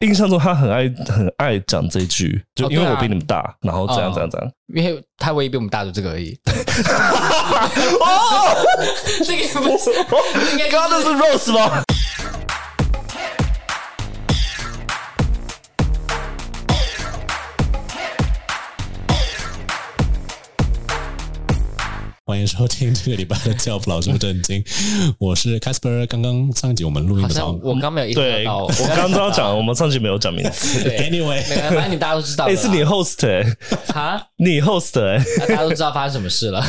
印象中他很爱很爱讲这句，就哦因为对啊我比你们大，然后怎样哦怎样怎样。因为他唯一比我们大就这个 而已。哦，这个不是 应该刚刚那是 Rose 吗？欢迎收听这个礼拜的教父老师不正经， 我是 Casper。刚刚上一集我们录音好的时像候，哦我刚没有意识对，到，我刚刚要讲，我们上期没有讲名 字。对没 Anyway 关系反正你大家都知道了哎，啦。是你 host 哎，啊？你 host 哎那大家都知道发生什么事了。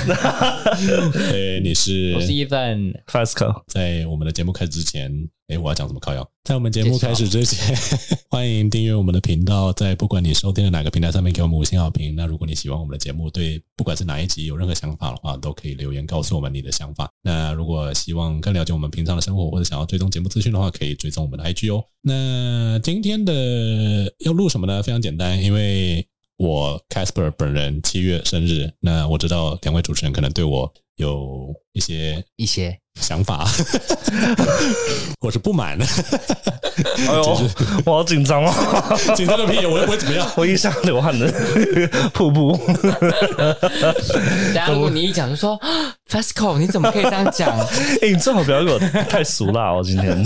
对，你是我是 Evan， ，Fasco。在我们的节目开始之前，诶，我要讲什么靠谣？在我们节目开始之前， 欢迎订阅我们的频道，在不管你收听的哪个平台上面给我们五星好评。那如果你喜欢我们的节目，对不管是哪一集有任何想法的话，都可以留言告诉我们你的想法。那如果希望更了解我们平常的生活，或者想要追踪节目资讯的话，可以追踪我们的 IG 哦。那今天的要录什么呢？非常简单，因为我 Casper 本人七月生日，那我知道两位主持人可能对我有一些一些想法， 我是不满的，哎呦，哦我好紧张哦， 紧张个屁，我又不会怎么样。我一下流汗了， 瀑布。大家如果你一讲 就说啊 Fasco，你怎么可以这样讲？哎，你最好不要给我太俗辣哦，今 天。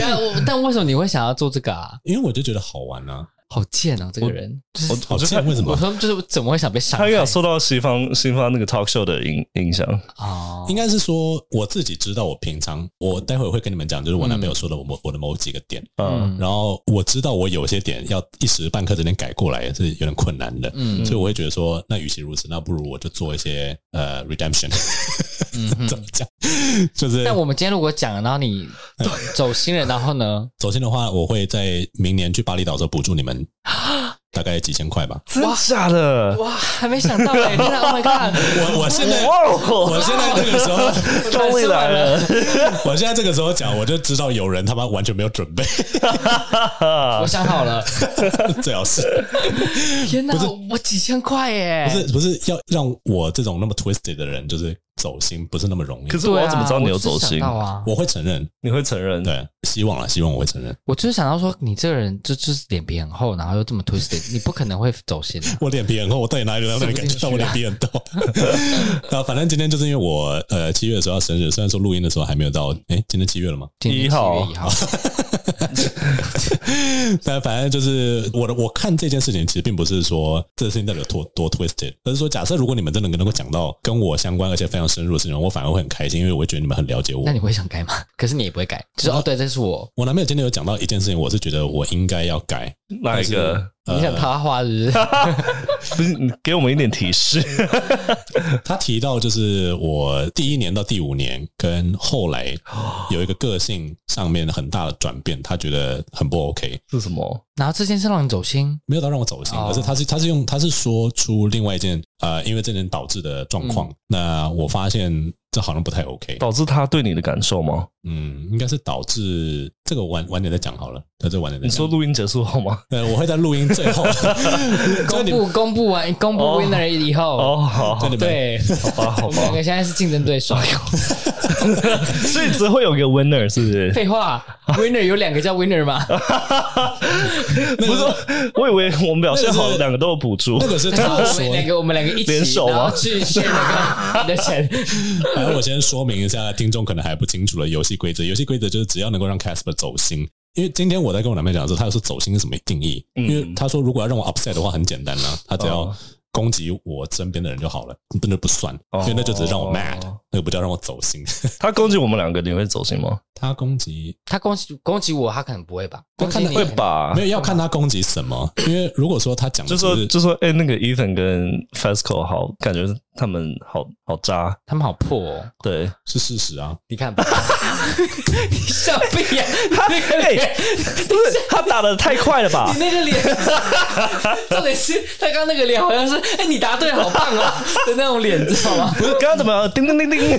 但我但为什么你会想要做这个啊？因为我就觉得好玩啊，好贱哦，这个人。我好就像为什我么？说就是怎么会想被伤他害应该有受到西方西方那个 talk show 的影影响。哦应该是说我自己知道，我平常我待会儿会跟你们讲，就是我男朋友说的我某我的某几个点，嗯嗯然后我知道我有些点要一时半刻之间改过来是有点困难的，嗯所以我会觉得说，那与其如此，那不如我就做一些呃 redemption， 嗯哼怎么讲？就是但我们今天如果讲，然后你走心了，然后呢？首先的话，我会在明年去巴厘岛的时候补助你们啊大概几千块吧。真的假 的？哇，还没想 到哎、真的，Oh my god！我我现在哇哦，我现在这个时候，终于来了， 我现在这个时候讲，我就知道有人他妈完全没有准备， 我想好 了，最好是天哪，我几千块耶！不是不是要让我这种那么 twisted 的人，就是走心不是那么容易可。是对啊，我要怎么知道你有走我就是心想？到啊？我会承认，你会承认？对，希望啊，希望我会承 认，我就是想到说，你这个人就就是脸皮很厚，然后又这么 twisted，你不 可能会走心的、我脸皮很厚，我到底哪里让吃不人感觉到进我去啊脸皮很厚？ 然后反正今天就是因为我呃七月的时候要生日，虽然说录音的时候还没有到，哎，今天七月了吗？今天一号7月一号， 但反正就是我的，我看这件事情其实并不是说这个事情到底有多多 twisted，而是说假设如果你们真的能够讲到跟我相关而且非常深入的事情，我反而会很开心，因为我会觉得你们很了解我那。你会想改吗？可是你也不会改，就是哦，对，这是我，我男朋友今天有讲到一件事情，我是觉得我应该要改，哪一个？你想他花是 不不是，是？你给我们一点提 示。他提到就是我第一年到第五年跟后来有一个个性上面很大的转变，他觉得很不 OK，是什么？然后这件事让你走心，没有到让我走心，哦可是他是他是用他是说出另外一件呃，因为这件导致的状况，嗯那我发现这好像不太 OK，导致他对你的感受吗？嗯，应该是导致这个我晚晚点再讲好了，那这晚点再你说讲。录音结束后吗？呃，我会在录音最 后，就公你布公布完公布哦 winner 以后，哦，好，就好你们对，吧，好 我们两吧。个现在是竞争对 手。所以只会有一个 winner，是不 是？废话，winner 有两个叫 winner 吗？不是，我以为我们表现好那个，是两个都有补助那。个是然后 他我 说们两个我们两个一起，联手吗然后去炫那个你的钱。 反正我先说明一下，听众可能还不清楚了游戏规则。游戏规则就是只要能够让 Casper 走心。因为今天我在跟我男朋友讲的时候，他说走心是什么定义？嗯因为他说如果要让我 upset 的话，很简单啦、他只要哦攻击我身边的人就好了，真的不算，哦因为那就只是让我 mad，那个不叫让我走 心。他攻击我们两个，你会走心吗？他攻击他攻击攻击我，他可能不会吧？我攻看击到你会？吧没？有要看他攻击什么，因为如果说他讲啊的就只说是就说，哎，那个 Ethan 跟 Fasco 好，感觉他们好好渣。他们好破哦！ 对，是事实啊，你看吧，你笑屁呀！那个哎脸，不是他打的太快了吧你？那个脸，重点是他刚刚那个脸好像是哎、你答对，好棒哦的那种脸，知道吗？ 不是刚刚怎么叮叮叮叮？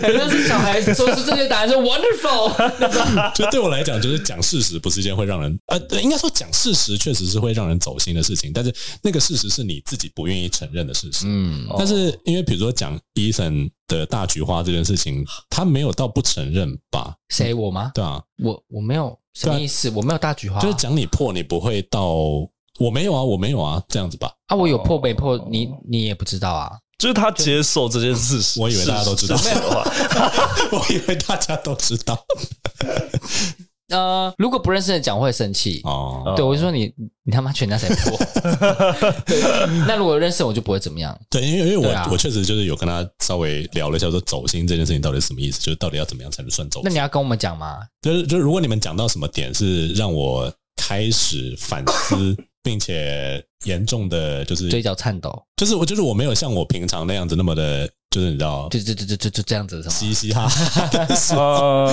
很像是小孩说出这些答案说 wonderful，那种 就对我来讲，就是讲事实不是一件会让人呃，对应该说讲事实确实是会让人走心的事情，但是那个事实是你自己不愿意承认的事实。嗯，但是因为比如说讲 Ethan 的大菊花这件事情，他没有到不承认吧？谁我吗？对啊，我我没有什么意思，我没有大菊花啊，就是讲你破，你不会到我没有啊，我没有啊这样子吧？ 啊，我有破没破，你你也不知道啊。就是他接受这件事实， 我以为大家都知道事实的话，我以为大家都知道呃，如果不认识的人讲我会生气，哦。对我就说你你他妈全家才破。对那如果认识我就不会怎么样。 对，因为因为我、对啊我确实就是有跟他稍微聊了一下，说走心这件事情到底是什么意思，就是到底要怎么样才能算走那心你？要跟我们讲吗？就是就是，如果你们讲到什么点是让我开始反思，并且严重的，就是嘴角颤抖，就是我就是我没有像我平常那样子那么的，就是你知道就就就就就就这样子是吗？嘻嘻 哈哈的 事。啊，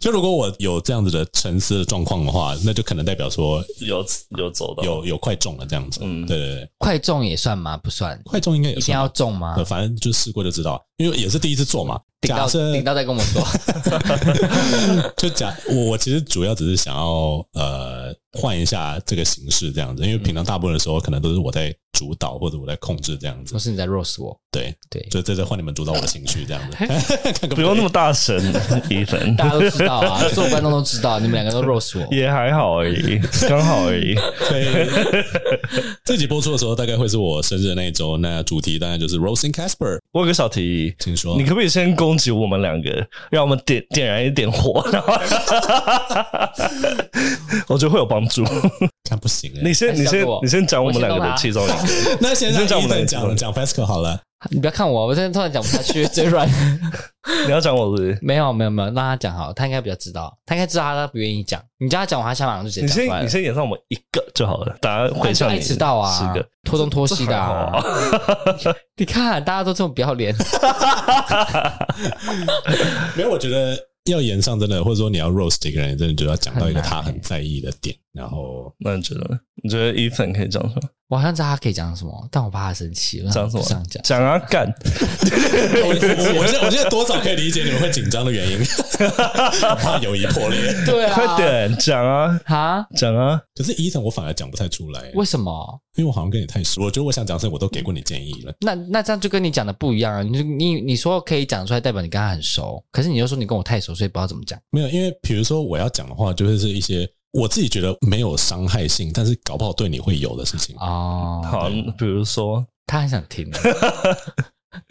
就如果我有这样子的沉思的状况的话，那就可能代表说有有走到，有有快中了这样子。嗯对对对，快中也算吗？不算，快中应该也一是定要中吗呃，？反正就试过就知道，因为也是第一次做嘛。顶假到设顶到再跟我们说。 就假我我其实主要只是想要呃换一下这个形式这样子，因为平常大部分的时候可能都是我在主导或者我在控制这样嗯子不。是你在 rose 我，对，对，就这次换你们主导我的情绪这样 子，看个不用那么大声，伊粉 大家都知道啊， 所有观众都知道，你们两个都 rose 我。也还好而已，刚好而已。对。这集播出的时候大概会是我生日的那一周，那主题当然就是 Rosin Casper， 我有个小提议，请说。你可不可以先攻击我们两个，让我们点点燃一点火，然后 我觉得会有帮助。看不行、欸，你先，还是你交给先我，你先讲我们两个我的先动其中一个。那先让你先讲我我们的们讲讲 Fasco 好了。你不要看我，我真的突然讲不下去，嘴软。 你要讲我是不是？没有没有没有，让他讲好，他应该比较知道，他应该知道他不愿意讲。你叫他讲完，他下马上 就直接你讲出来先，了你。先演上我们一个就好了，大家回就向爱你迟到十啊个，拖东拖西的、这啊。你看，大家都这啊么不要脸，没有，我觉得要言上真的，或者说你要 roast 一个人，真的就要讲到一个欸他很在意的点，然后那你觉得呢？你觉得伊粉可以讲什么？我好像知道他可以讲什么，但我怕他生气，我讲什不想么？讲。讲啊，干！我我我现在我现在多少可以理解你们会紧张的原因， 怕友谊破裂。对啊，快点讲啊，啊！讲啊！可是医生我反而讲不太出来，为什么？因为我好像跟你太熟，我觉得我想讲什么我都给过你建议了。那那这样就跟你讲的不一样啊！你就你你说可以讲出来，代表你跟他很熟，可是你又说你跟我太熟，所以不知道怎么讲。没有，因为比如说我要讲的话，就会是一些我自己觉得没有伤害性，但是搞不好对你会有的事啊情。哦，好，比如说，他很想听，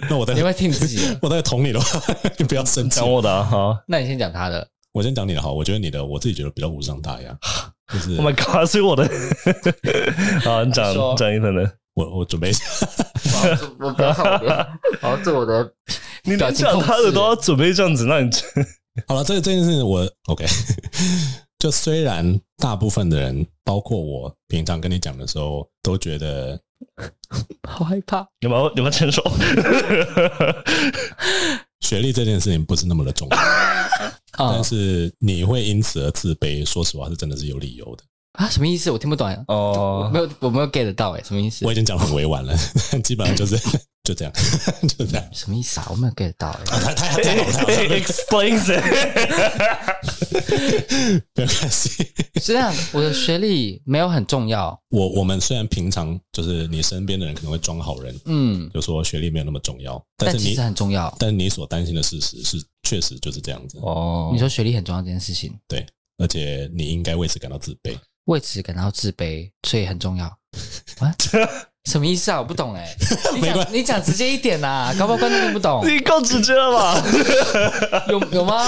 那我再你会听你自 己的。 我再捅你的话，你不要生 气讲。我的啊哈。那你先讲他的，我先讲你的好，我觉得你的我自己觉得比较无伤大雅，就是 Oh my god！所以我的， 好，你讲说讲伊粉的。我我准备一下。我不要，我不要，我要做我的。你表连情讲控他制的都要准备这样子，那你这好了，这这件事情我 OK。就虽然大部分的人，包括我，平常跟你讲的时候，都觉得好害怕，你们你们牵手，学历这件事情不是那么的重要，啊但是你会因此而自卑，说实话是真的是有理由的。啊，什么意思？我听不懂呀。我哦没，有，我没有 get 到哎、什么意思我？已经讲得很委婉了，基本上 就是就这样， 就这样。什么意思啊？我没有 get 到哎、太太太好了，太好了 explains 哎 it。没有关系。是这样，我的学历没有很重要，我我们虽然平常就是你身边的人可能会装好人，嗯，就说学历没有那么重要，但但是其你实很重要。但你所担心的事实是确实就是这样子。哦你说学历很重要这件事情，而且你应该为此感到自卑。为此感到自卑，所以很重要。 啊？什么意思啊？我不懂哎、你没关讲你讲直接一点呐、 搞不好观众听不懂，你够直接了 吧？有有 吗？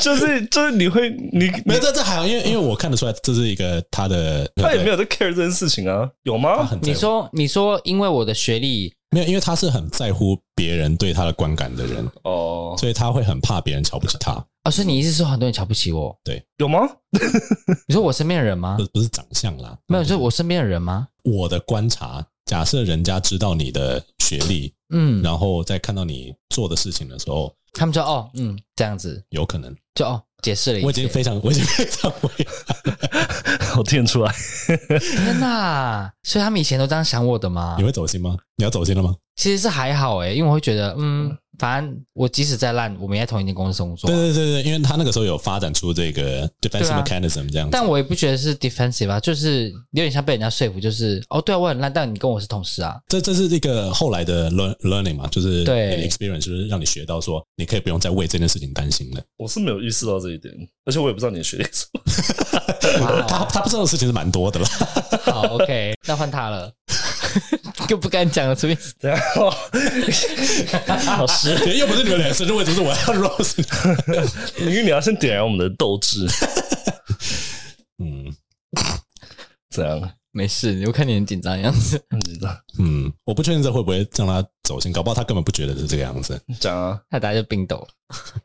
就是就是你会你没有，你这这还好，因为因为我看得出来，这是一个他的，他也没有有，在 care 这件事情啊，有他吗？很在乎你说你说，因为我的学历，没有，因为他是很在乎别人对他的观感的人，哦，所以他会很怕别人瞧不起他，哦，所以你意思是说很多人瞧不起我？有吗？你说我身边的人吗不？不是长相啦，没有，你说我身边的人吗？我的观察。假设人家知道你的学历，嗯，然后再看到你做的事情的时候，他们说哦，嗯，这样子有可能就哦，解释了一我已经切非常，我已经非常委婉 了，我听得出来，天哪！所以他们以前都这样想我的吗你？会走心吗？你要走心了吗？其实是还好欸诶、因为我会觉得，嗯，反正我即使再烂，我们也在同一间公司工作对啊，对对对，因为他那个时候有发展出这个 defense 对啊 mechanism 这样子，但我也不觉得是 defensive 啊，就是有点像被人家说服，就是哦，对啊，我很烂，但你跟我是同事 啊，这这是一个后来的 learn learning 嘛，就是对你的 experience 就是让你学到说，你可以不用再为这件事情担心了。我是没有意识到这一点，而且我也不知道你的学历是什么。他他不知道的事情是蛮多的啦。 好，OK，那换他了，就不敢讲了，随便等一下 哦老师，又不是你们俩生日，为什么是我要 rose？因为 你要先点燃我们的斗志， 嗯怎样？没事，我看你很紧张的样子。你知道嗯，我不确定这会不会让他走心，搞不好他根本不觉得是这个样子。讲啊，那大家就冰斗，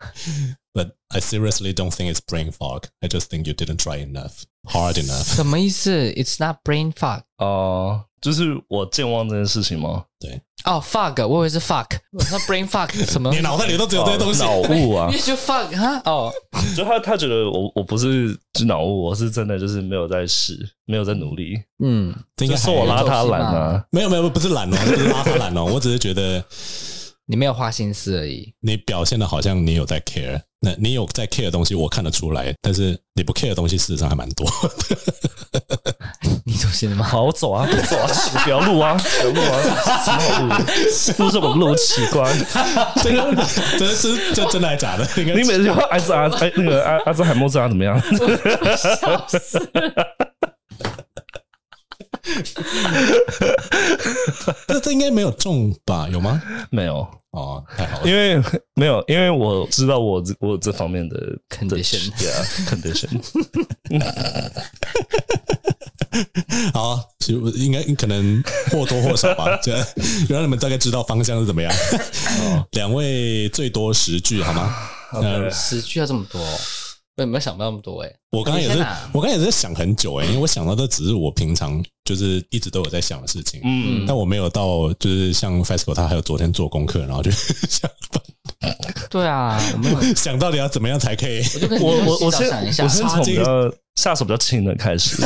But I seriously don't think it's brain fog. I just think you didn't try enough, hard enough. 什么意思？It's not brain fog。哦、就是我健忘这件事情吗？哦、f u c k 我以为是 fuck，我说 brain fuck 什么？你脑袋里都只有这些东西。脑雾啊 你，就 fuck 哈？哦、就他他觉得我我不是就脑雾，我是真的就是没有在试，没有在努力，嗯，这应就该是我还邋遢懒还啊。没有没有不是懒哦，不是邋遢懒哦，我只是觉得你没有花心思而已。你表现的好像你有在 care，那你有在 care 的东西我看得出来，但是你不 care 的东西事实上还蛮多。你走心了吗？好，我走啊，我走啊， 不要录啊，不要录啊，什么好录的？录什么录？奇怪，这个这这这真的还假的？ 你你每次讲阿兹阿哎那个阿阿兹海默症啊怎么样？笑死了！这这应该没有中吧？有吗？没有，哦，太好了。因为没有，因为我知道我这我有这方面的 Condition 对啊，condition。 好、啊，其实我应该可能或多或少吧，这让你们大概知道方向是怎么样。两位最多十句好吗？ OK 十句要这么多、我有没有想到那么多、欸？哎，我刚刚也是你先啊，我刚刚也是在想很久欸诶、因为我想到的只是我平常就是一直都有在想的事情，嗯，但我没有到就是像 FESCO 他还有昨天做功课，然后就想对啊， 我没有， 想到底要怎么样才可以。我就跟嗯你我用我洗我澡先想一下我。先插从进比较下手比较轻的开 始，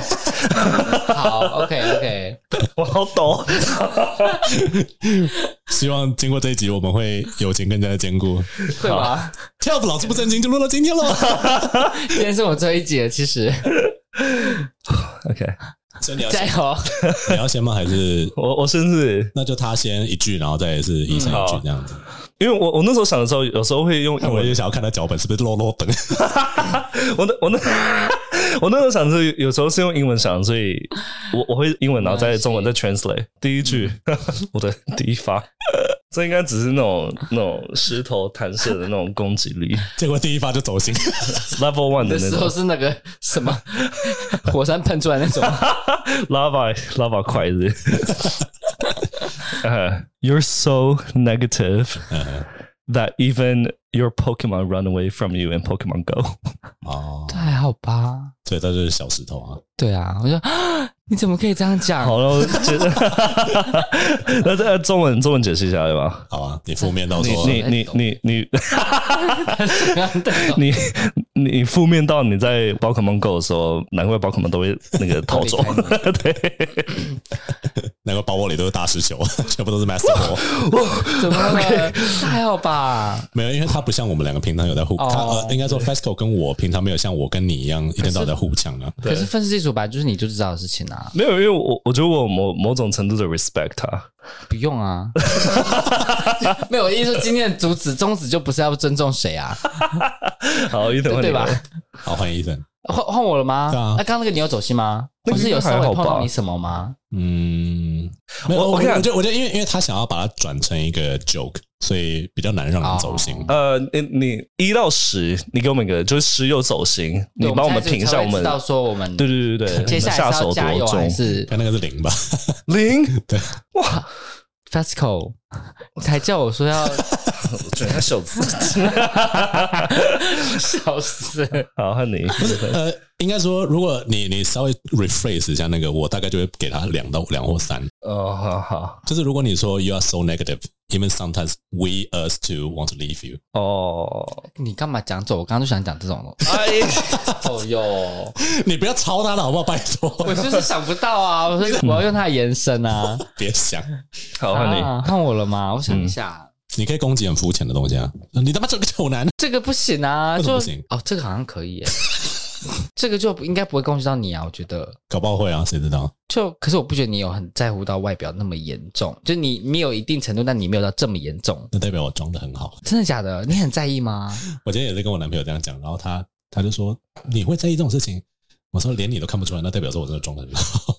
好，OK OK，我好抖。希望经过这一集，我们会友情更加的坚固。会吧？跳舞老师不正经就录到今天 了，今天是我最后一集了，其 实 OK，所以你要加先油。你要先吗？还是我我甚至那就他先一句，然后再是医生一句这样子。因为我我那时候想的时候，有时候会用那英 我文就想要看他脚本是不是落落等。 我那我那我那时候想是有时候是用英文想，所以我我会英文，然后再中文 嗯再 translate。第一句， 我的第一发， 这应该只是那种那种石头弹射的那种攻击力结果第一发就走心， ，level one 的的那时候种是那个什么 火山喷出来 那种。 lava lava 筷子。 呃 Uh-huh. You're so negative Uh-huh. 嗯 that even your Pokemon run away from you in Pokemon Go。哦，这还哎好吧？所以他就是小石头啊。对啊，我就 啊你怎么可以这样讲？好了，我觉 得那这个中文中文解释一下对吧？好啊，你负面到你说你你你你怎么样的？你你负面到你在宝可梦 Go 的时候，难怪宝可梦都会那个逃走。 都 离对，那个包包里都是大石球， 全部都是 master ball。 怎 么了？这还好吧？没有，因为他不像我们两个平常有在互，哦他呃应该说 FESCO 跟我平常没有像我跟你一样一天到晚在互抢啊。可是分世技术本来就是你就知道的事情啊，没有，因为我我觉得我有某某种程度的 respect 他。不用 啊。没有，我的意思说今天的主旨宗旨就不是要尊重谁啊，好，一等会 对吧？好，欢迎医生。换换我了吗？对啊那刚刚那个你有走心吗？那或个是有应该稍还微好碰到吧你什么吗？嗯，没有，我我我我跟你觉讲得我觉得，因为因为他想要把它转成一个 joke，所以比较难让人走心。哦呃，你你一到十，你给我们一个就是十有走心，你对帮我们现在评一下才会我们知。道说我们呃对对对对对，接下来下是手要加多油还重？是看那个是零吧，零， FESCO 才叫我说要我觉得他手指。笑死。好，和你呃，应该说，如果你你稍微 rephrase 一下那个，我大概就会给他两到两或三。哦，好好就是如果你说 you are so negative， even sometimes we us too want to leave you。 哦，你干嘛讲走？我刚刚就想讲 这种了。哎，哦哟，你不要抄他了好不好？拜托，我就是想不 到啊！我说我要用它的延伸啊。 别想，好，换你。嗯啊换我了吗？我想一下。你可以攻击很肤浅的东西啊！你他妈这个丑男，这个不行啊，为什就么不行哦，这个好像可以耶， 这个就应该不会攻击到你啊，我觉得。搞不好会啊，谁知道？就可是我不觉得你有很在乎到外表那么严重，就你你有一定程度，但你没有到这么严重，那代表我装的很好。真的假的？你很在意吗？我今天也是跟啊我男朋友这样讲，然后他他就说你会在意这种事情，我说连你都看不出来，那代表说我真的装的 很好。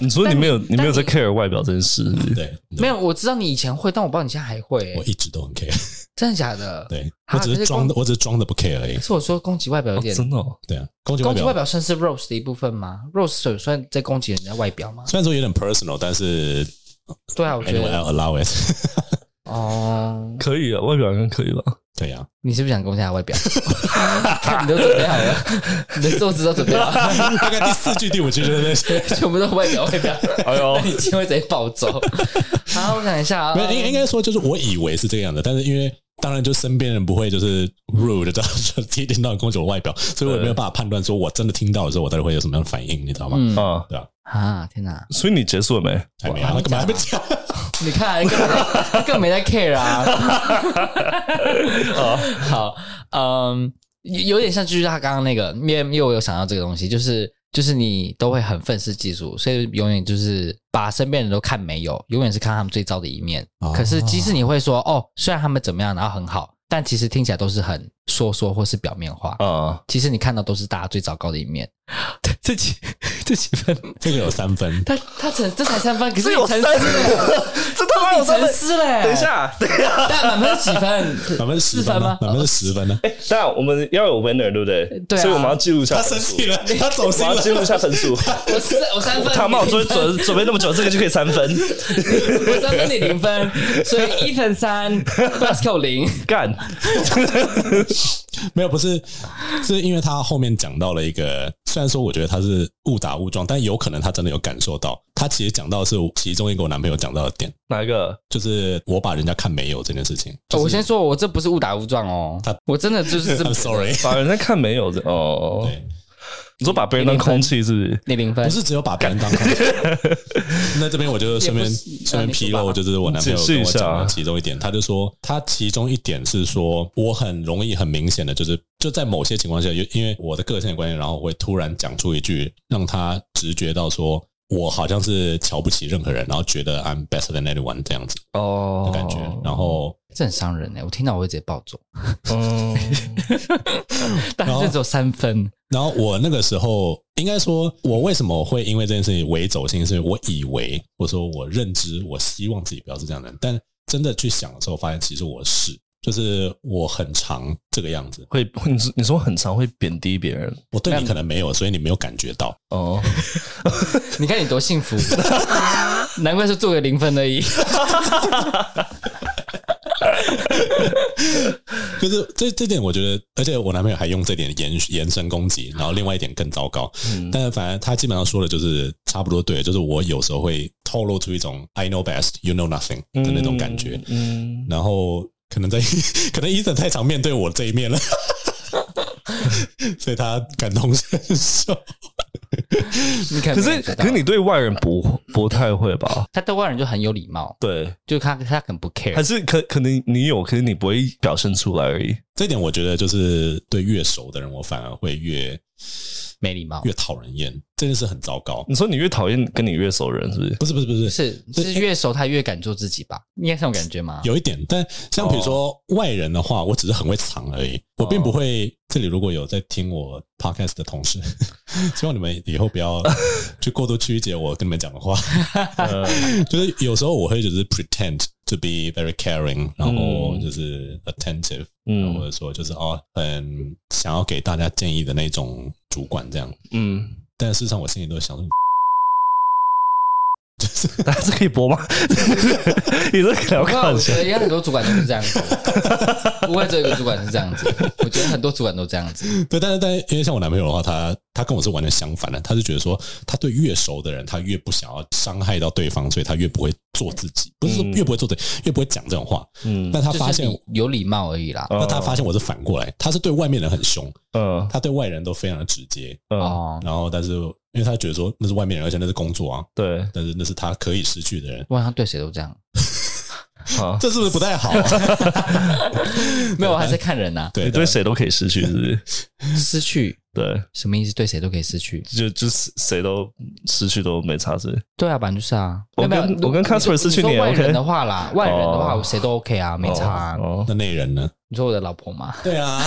你说你没有，你没有在但 care 外表这件事，对，没有，我知道你以前会，但我不知道你现在还会我，一直都很 care，真的假的？对啊我只是装的，可我只是装的不 care 而已可。是我说攻击外表有哦点，真的哦对啊，攻击外攻击表外表算是 Rose 的一部分吗？Rose 有算在攻击人家外表 吗？虽然说有点 personal，但是哦对啊，我觉 anyway 得 I'll allow it。 哦，可以啊，外表应该可以吧？对啊，你是不是想攻击他外表？看你都准备好了， 你的坐姿都准备好了。 大概第四句、第五句就是那些。全部都外表外表， 哎呦，你就会直接暴走。好，我想一下啊，没有，应应该说就是我以为是这个样子，但是因为当然就身边人不会就是 rude 到就一天到晚攻击我外表，所以我也没有办法判断说我真的听到的时候我到底会有什么样的反应，你知道吗？嗯 啊，啊，天哪，所以你结束了没？还没啊，我那干嘛还没讲？你看根本根本没在 care 啊。好，嗯，有有点像就是他刚刚那个，因为因为我有想到这个东西，就是。就是你都会很愤世嫉俗，所以永远就是把身边人都看没有，永远是看他们最糟的一面。哦可是即使你会说哦，虽然他们怎么样，然后很好，但其实听起来都是很说说或是表面化。啊，其实你看到都是大家最糟糕的一面。 这几这几分，这个有三分，他他沉这才三分，可是你有沉三思了，这他妈你有三沉分？思嘞。等一，下，等 一下，但满分是几分？百分之十分吗呢？？百分之十分呢？啊哎，当然我们要有 winner，对不对？对啊所以我们要记录一下他分生数气，了，他走我心要了记。录一下分数。我三我三分，他妈，我我准准准备那么久，这个就可以三分，我三分你零分，所以 Ethan 三，Basco 零。干！没有，不是，是因为他后面讲到了一个，虽然说我觉得他是误打误撞，但有可能他真的有感受到。他其实讲到的是其中一个我男朋友讲到的点，哪一个？就是我把人家看没有这件事情。哦我先说，我这不是误打误撞哦他，我真的就是这么 I'm sorry，把人家看没有的哦对。你说把别人当空气是不是？你零分不，是只有把别人当空气。 那这边我就顺便也不是顺便披露，就是我男朋友解释跟一我下讲的其中一点，他就说他其中一点是说我很容易很明显的就是就在某些情况下，因因为我的个性的关系，然后我会突然讲出一句让他直觉到说。我好像是瞧不起任何人，然后觉得 I'm better than anyone 这样子哦的感觉。然后这很伤人哎，我听到我会直接暴走。嗯，但是后这只有三分，然后我那个时候应该说，我为什么会因为这件事情为走心，是因为我以为我说我认知，我希望自己不要是这样的人，但真的去想的时候，发现其实我是，就是我很常这个样子。会会你说你说很常会贬低别人我对你可能没有，所以你没有感觉到。哦。你看你多 幸福，难怪是做个零分而已。就是这这点，我觉得，而且我男朋友还用这点延延伸攻击，然后另外一点更糟糕。嗯但反正他基本上说的就是差不多对，就是我有时候会透露出一种 I know best, you know nothing 的那种感觉。嗯，然后可能在 可能伊森太常面对我这一面了，所以他感同身受。你嗯看，可是知可道是你对外人不不太会吧？他对外人就很有礼貌，对，就他他很不 care 还。是可可能你有，可是你不会表现出来而已。这一点我觉得就是对越熟的人，我反而会越没礼貌越讨人厌，这件事很糟糕。你说你越讨厌跟你越熟人，是不是？不是不是不是，是是越熟他越敢做自己吧？应哎该是这种感觉吗？有一点，但像比如说外人的话，我只是很会藏而已，我并不会。这里如果有在听我 podcast 的同事，希望你们以后不要去过度曲解我跟你们讲的话。 呃就是有时候我会就是 pretend to be very caring，然后就是 attentive，、嗯或者说就是哦很想要给大家建议的那种主管这样，嗯，但事实上我心里都想说，大家这可以播吗？ 你这可能要我看一下觉。得应该很多主管都是这 样子，不会只有一个主管是这样子。我觉得很多主管都这样子。对，但是但因为像我男朋友的话，他他跟我是完全相反的，他是觉得说，他对越熟的人，他越不想要伤害到对方，所以他越不会做自己，不是说越不会做自己，越不会讲这种话。嗯但他就是发现，你有礼貌而已啦。哦那他发现我是反过来，他是对外面人很凶，嗯他对外人都非常的直接。嗯，哦，然后，但是因为他觉得说那是外面人，而且那是工作啊，对，但是那是他可以失去的人，不然他对谁都这样。好，这是不是不太好、 啊？ 没有，我还是看人啊呐。对你的对，谁都可以失去，是不 是？失去对，什么意思？对谁都可以失去。就就是谁都失去都没差，是不是对啊，反正就是啊。我跟没有没有我跟你 Casper 失去你你也说外 OK 人的话啦，外人的话哦我谁都 OK 啊，没差啊。哦，那内人呢？你说我的老婆嘛， 对啊，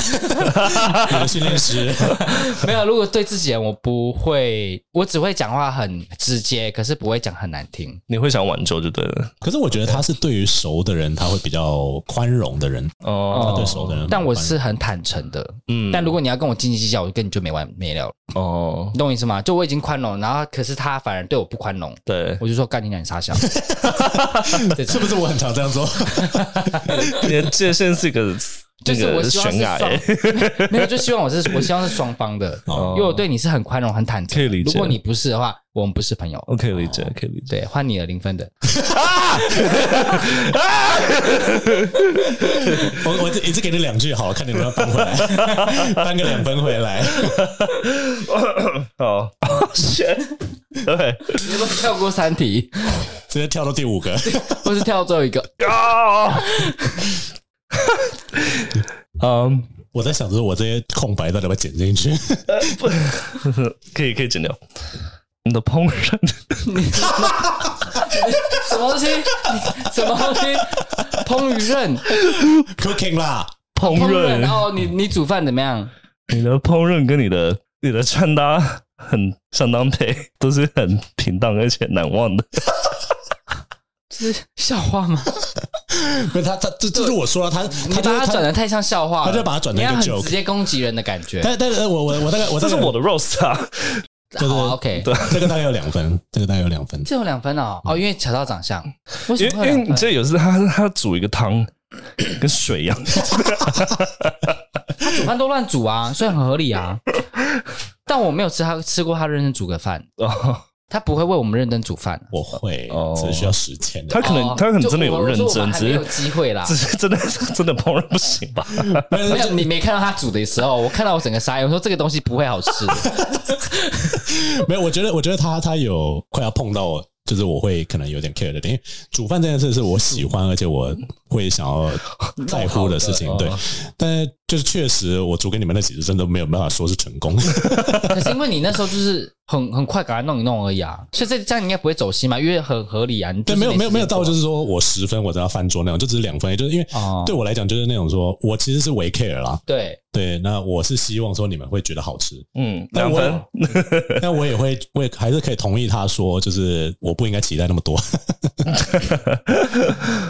你的训练师， 没有。如果对自己人，我不会，我只会讲话很直接，可是不会讲很难听。你会想挽救就对了。可是我觉得他是对于熟的人，他会比较宽容的人，哦，他对熟的人蛮宽容，但我是很坦诚的，嗯但如果你要跟我斤斤计较，我跟你就没完没了了，哦，你懂我意思吗？就我已经宽容，然后可是他反而对我不宽容，对，我就说干你娘，你 傻笑。 是不是我很常这样做？ 你的界限是一个 就那是我个希望悬是崖欸双，没有，就希望我是我希望是双方的，哦因为我对你是很宽容、很坦诚。可以理解如果你不是的话，我们不是朋友。我哦可以理解，可以理解。哦对，换你了，零分的。 我我一次给你两句好，看你能不能扳回来， 扳个两分回来。哦 ，shit，对，你要不要跳过三题，直接跳到第五个，或是跳到最后一个？ 啊， 嗯，我在想着我这些空白到底要不要剪进去？呃 可以可以剪掉。你的烹饪，什么东西？什么东西？烹与饪， cooking 啦，烹烹饪。饪，哦，你你煮饭怎么样？你的烹饪跟你的你的穿搭很相当配，都是很平淡而且难忘的。这是笑话吗？不是他他这这是我说了， 啊他你他把就它转他，的太像笑话了，他就把它转成一个你要很 joke 直接攻击人的感觉。但但是呃我我我大概我哦这大概是我的 roast 啊，呃对嗯好，OK，哦对这个大概有两分，这个大概有两分。这有两分哦。哦，因为扯到长相，为因什为么因为会有两你分？这有时他他煮一个汤，跟水一样。煮饭都乱煮啊，所以很合理 啊。但我没有吃他吃过他认真煮的饭，哦，他不会为我们认真煮饭。啊我会哦，只需要时间的他。可能哦他可能就真的有我认我说我真，们还没只有是机会啦。只是真的真的烹饪不行 吧？没有，你没看到他煮的时候，我看到我整个傻眼，我说这个东西不会好吃的。 没有，我觉得我觉得他他有快要碰到我，就是我会可能有点 care 的点，因为煮饭这件事是我喜欢，而且我会想要在乎的事情。对，但是就是确实我煮给你们那几次真的没有办法说是成功。 可是因为你那时候就是很很快赶快弄一弄而已啊，所以这这样你应该不会走心嘛，因为很合理啊。你就对，是没有没有没有到就是是说我十分我只要翻桌那种，就只是两分，就是因为哦对我来讲就是那种说我其实是为 care 啦，对对，那我是希望说你们会觉得好吃，嗯，那两我分。 但我也会我也还是可以同意他说，就是我不应该期待那么多。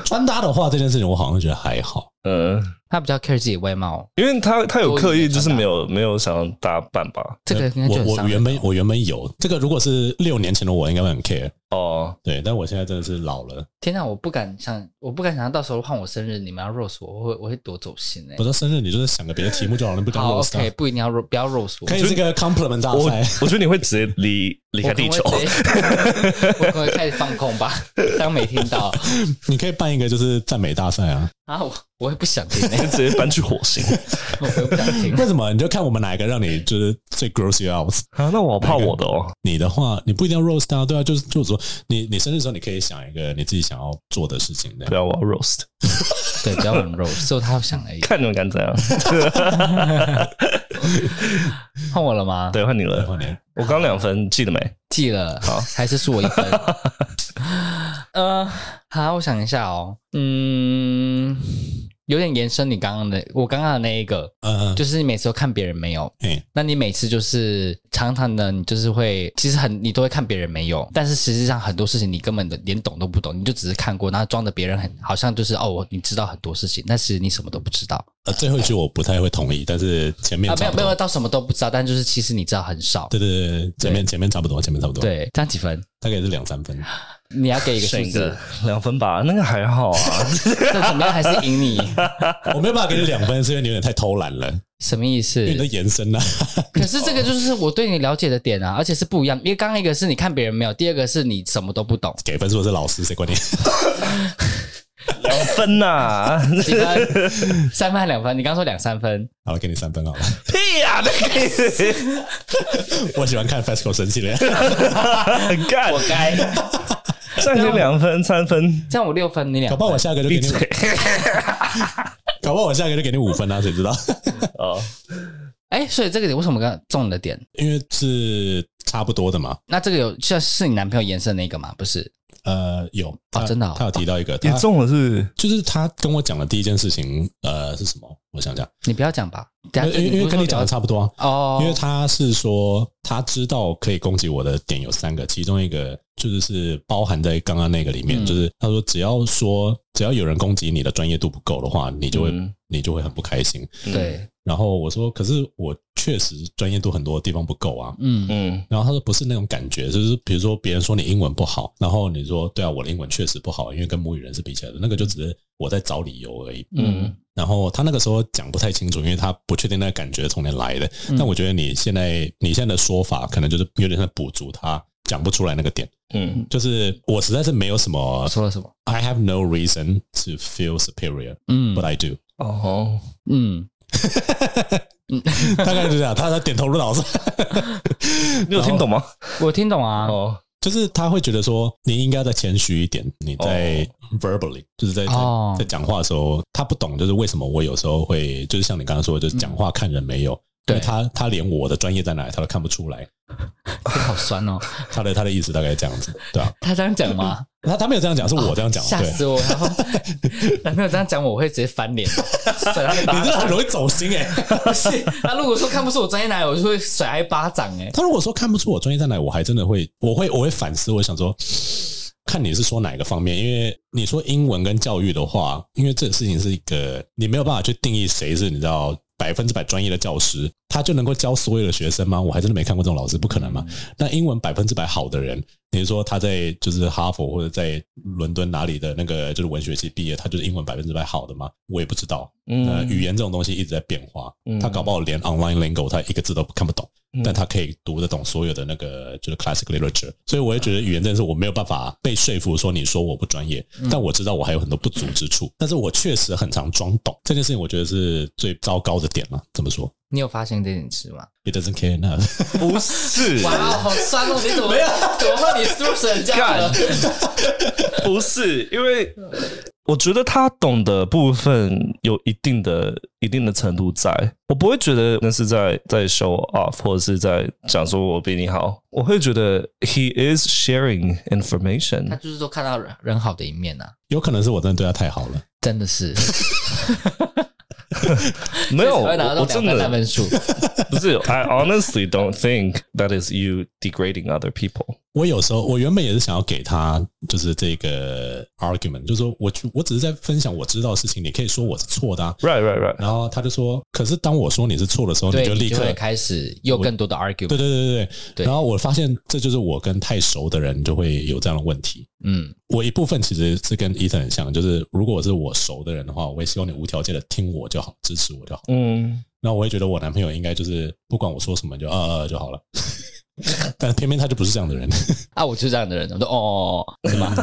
穿搭的话这件事情我好像觉得还好，嗯，他比较 care 自己的外呃貌，因为他他有刻意就是多余的穿搭没有没有想要打扮吧？这个应该就我很我伤人原本我原本有这个，如果是六年前的我应该会很 care，哦，对，但我现在真的是老了，天哪，我不敢想，我不敢想到到时候换我生日，你们要 rose 我，我会我会多走心哎、我说生日你就是想个别的题目就好了，你不讲好 roast 啊，OK，不一定要 ro- 不要 rose 我，可以是个 compliment 大我赛。我觉得你会直接离离我开可地能会球。直接 我可能会开始放空吧，当没听到 你可以办一个就是赞美大赛啊！啊，我我会不想听哎、直接搬去火星 我会不想听。为什么？你就看我们哪一个让你就是最 gross you out。啊！那我好怕我的哦。你的话，你不一定要 roast 啊，对啊，就是就是说，你你生日的时候，你可以想一个你自己想要做的事情不的。要，我要 roast，对，不要很肉，只有他要想而已。 看你们敢怎样？换我了吗？，对，换你对，了。换你我刚两分，记得没？记了，好还是输我 一分。呃，好，我想一下哦，嗯，有点延伸你刚刚的，我刚刚的那一个，嗯，就就是你每次都看别人没有，哎，那你每次就是常常的，你就是会，其实很你都会看别人没有，但是实际上很多事情你根本的连懂都不懂，你就只是看过，然后装的别人很好像就是哦，我你知道很多事情，但是你什么都不知道呃，最后一句我不太会同意，但是前面啊，没差有不没有多。到什么都不知道，但就是其实你知道很少。对对对，前面前面差不多，前面差不多。对，这样几分？大概也是两三分。你要给一个数选一字个，两分吧，那个还好啊。 这怎么样还是赢你？我没有办法给你两分，是因为你有点太偷懒了，什么意 思因？为你的延伸啊，可是这个就是我对你了解的点啊，而且是不一样。因为刚刚一个是你看别人没有，第二个是你什么都不懂。给分数的是老师，谁管你？ 两分呐、 几分？三分还两分？你刚说两三分，好了，给你三分好了。 屁呀、那个 我喜欢看 FESCO 生气了，干，活该。上去两分、三分，这样我六分，你两搞分不好我下个就给闭你，嘴。搞不好我下个就给你五分啊，谁知道？哦，哎、所以这个点为什么刚刚中你的点？因为是差不多的嘛。那这个有像是你男朋友延伸那个吗？不是，呃，有他真的哦他有提到一个，也他中了是就是他跟我讲的第一件事情，呃，是什么？我想想，你不要讲吧，等下因为因为跟你讲的差不多啊，哦，因为他是说他知道可以攻击我的点有三个，其中一个就是是包含在刚刚那个里面，嗯就是他说只要说只要有人攻击你的专业度不够的话，你就会、嗯你就会很不开心。不是，对，然后我说，可是我确实专业度很多地方不够啊。嗯，嗯然后他说不是那种感觉，就是比如说别人说你英文不好，然后你说对啊，我的英文确实不好，因为跟母语人是比起来的，那个就只是我在找理由而已。嗯，然后他那个时候讲不太清楚，因为他不确定那个感觉从哪里来的。嗯但我觉得你现在你现在的说法，可能就是有点像补足他讲不出来那个点。嗯就是我实在是没有什么我说了什么？ ，I have no reason to feel superior, 嗯 but I do。 哦，嗯，大概就是这样，他他点头如捣蒜。 你有听懂吗？我听懂啊，哦，就是他会觉得说，你应该再谦虚一点，你在 verbally，、就是在在哦在讲话的时候，他不懂，就是为什么我有时候会，就是像你刚刚说的，就是讲话看人没有，因对为他他连我的专业在哪里他都看不出来，这好酸 哦。他的他的意思大概这样子，对吧、他这样讲吗？他他没有这样讲，是我这样讲，吓对，死我！ 然后男朋友这样讲我，我会直接翻脸，甩他一你巴这掌。很容易走心哎、不是，他如果说看不出我专业哪里，我就会甩他一巴掌、哎，他如果说看不出我专业在哪，我还真的会，我会我会反思，我想说，看你是说哪一个方面，因为你说英文跟教育的话，因为这个事情是一个你没有办法去定义谁是你知道百分之百专业的教师，他就能够教所有的学生吗？我还真的没看过这种老师，不可能嘛。嗯那英文百分之百好的人，你是说他在就是哈佛或者在伦敦哪里的那个就是文学系毕业，他就是英文百分之百好的吗？我也不知道。呃，嗯，语言这种东西一直在变化，嗯他搞不好连 online lingo 他一个字都看不懂，嗯但他可以读得懂所有的那个就是 classic literature，所以我也觉得语言真的是我没有办法被说服说你说我不专业，嗯但我知道我还有很多不足之处，但是我确实很常装懂这件事情，我觉得是最糟糕的点了。怎么说你有发现这件事吗？ ？It doesn't care enough， 不是，哇，好酸哦！你怎么没有？怎么会你是不是人家了？不是，因为我觉得他懂的部分有一定的、一定的程度在，我不会觉得那是在在 show off 或者是在讲说我比你好，我会觉得 he is sharing 他 information。就是都看到人人好的一面呐、啊，有可能是我真的对他太好了，真的 是没 有，所以才会拿我到我两真分三的分数。不是。I honestly don't think that is you degrading other people。我有时候，我原本也是想要给他，就是这个 argument，就是说我我只是在分享我知道的事情，你可以说我是错的、啊， Right, right, right。然后他就说：“可是当 我说你是错的时候，你对，就你立就刻会开始又更多的 argument。对对对对对。对然后我发现这就是我跟太熟的人就会有这样的问题。嗯，我一部分其实是跟伊森很像，就是如果是我熟的人的话，我也希望你无条件的听我就好，支持我就好。嗯，那我也觉得我男朋友应该就是不管我说什么你就呃呃呃就 好了，但偏偏他就不是这样的人。啊，我 就是这样的人，我说哦哦哦，对吧？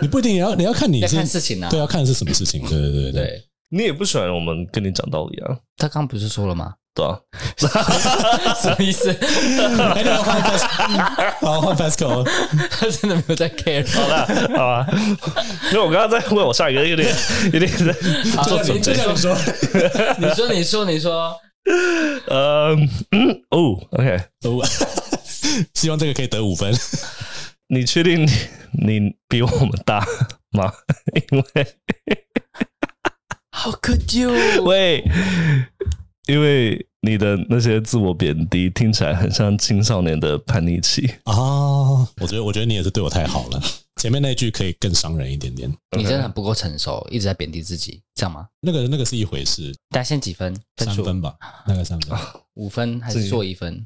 你不一定也要你要看你要是看事情啊。对要看是什么事情。对对对对对。对，你也不喜欢我们跟你讲道理啊，他刚不是说了吗？ 对啊。什么意思？ 哎，那换 Fasco，好换 Fasco，他真的没有在 care。好啦，好 吧，因为我刚刚在问我下一个，有点有点在做准备。样说，你说， 你说，你说，呃，嗯哦，OK， 希望这个可以得五分。你确定你你比我们大吗？ 因为好可救。喂，因为你的那些自我贬低听起来很像青少年的叛逆期。哦，我觉得，我觉得你也是对我太好了。前面那一句可以更伤人一点点，你真的很不够成熟，一直在贬低自己，这样吗？那个那个是一回事，大家先几分分三数？分吧，那个三分。五分还是做一分？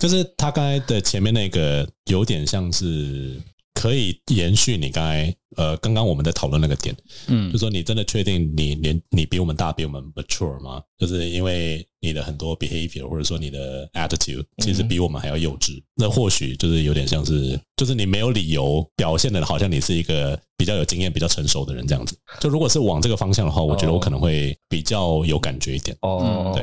就是他刚才的前面那个有点像是可以延续你刚才呃刚刚我们在讨论那个点，嗯就，说你真的确定你年你比我们大，比我们 mature 吗？就是因为你的很多 behavior 或者说你的 attitude，其嗯实比我们还要幼稚。那或许就是有点像是，就是你没有理由表现的好像你是一个比较有经验、比较成熟的人这样子。就如果是往这个方向的哦话，我觉得我可能会比较有感觉一点。哦，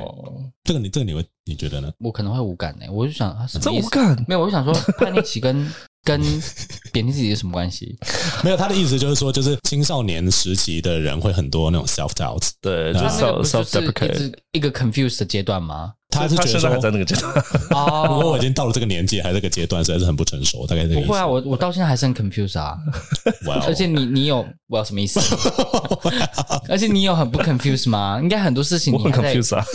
这个你这个你会你觉得呢？我可能会无感呢、我就想啊，什这么意无思？感没有，我就想说 叛逆期跟跟贬低自己有什么关系？没有，他的意思就是说，就是青少年时期的人会很多那种 self doubt，对，就他那是那个 self 不 就 self 是一 deprecate。直一个 confused 的阶段吗？他是他觉得现在还在说，那个阶段，如果我哦已，经到了这个年纪，还是这个阶段，实在是很不成熟，大概是这个意不思。会啊，我我到现在还是很 confused 啊。哇哦而且你你有我要什 么意思？而且你有很不 confused 吗？应该很多事情我 你很还在 confused 啊，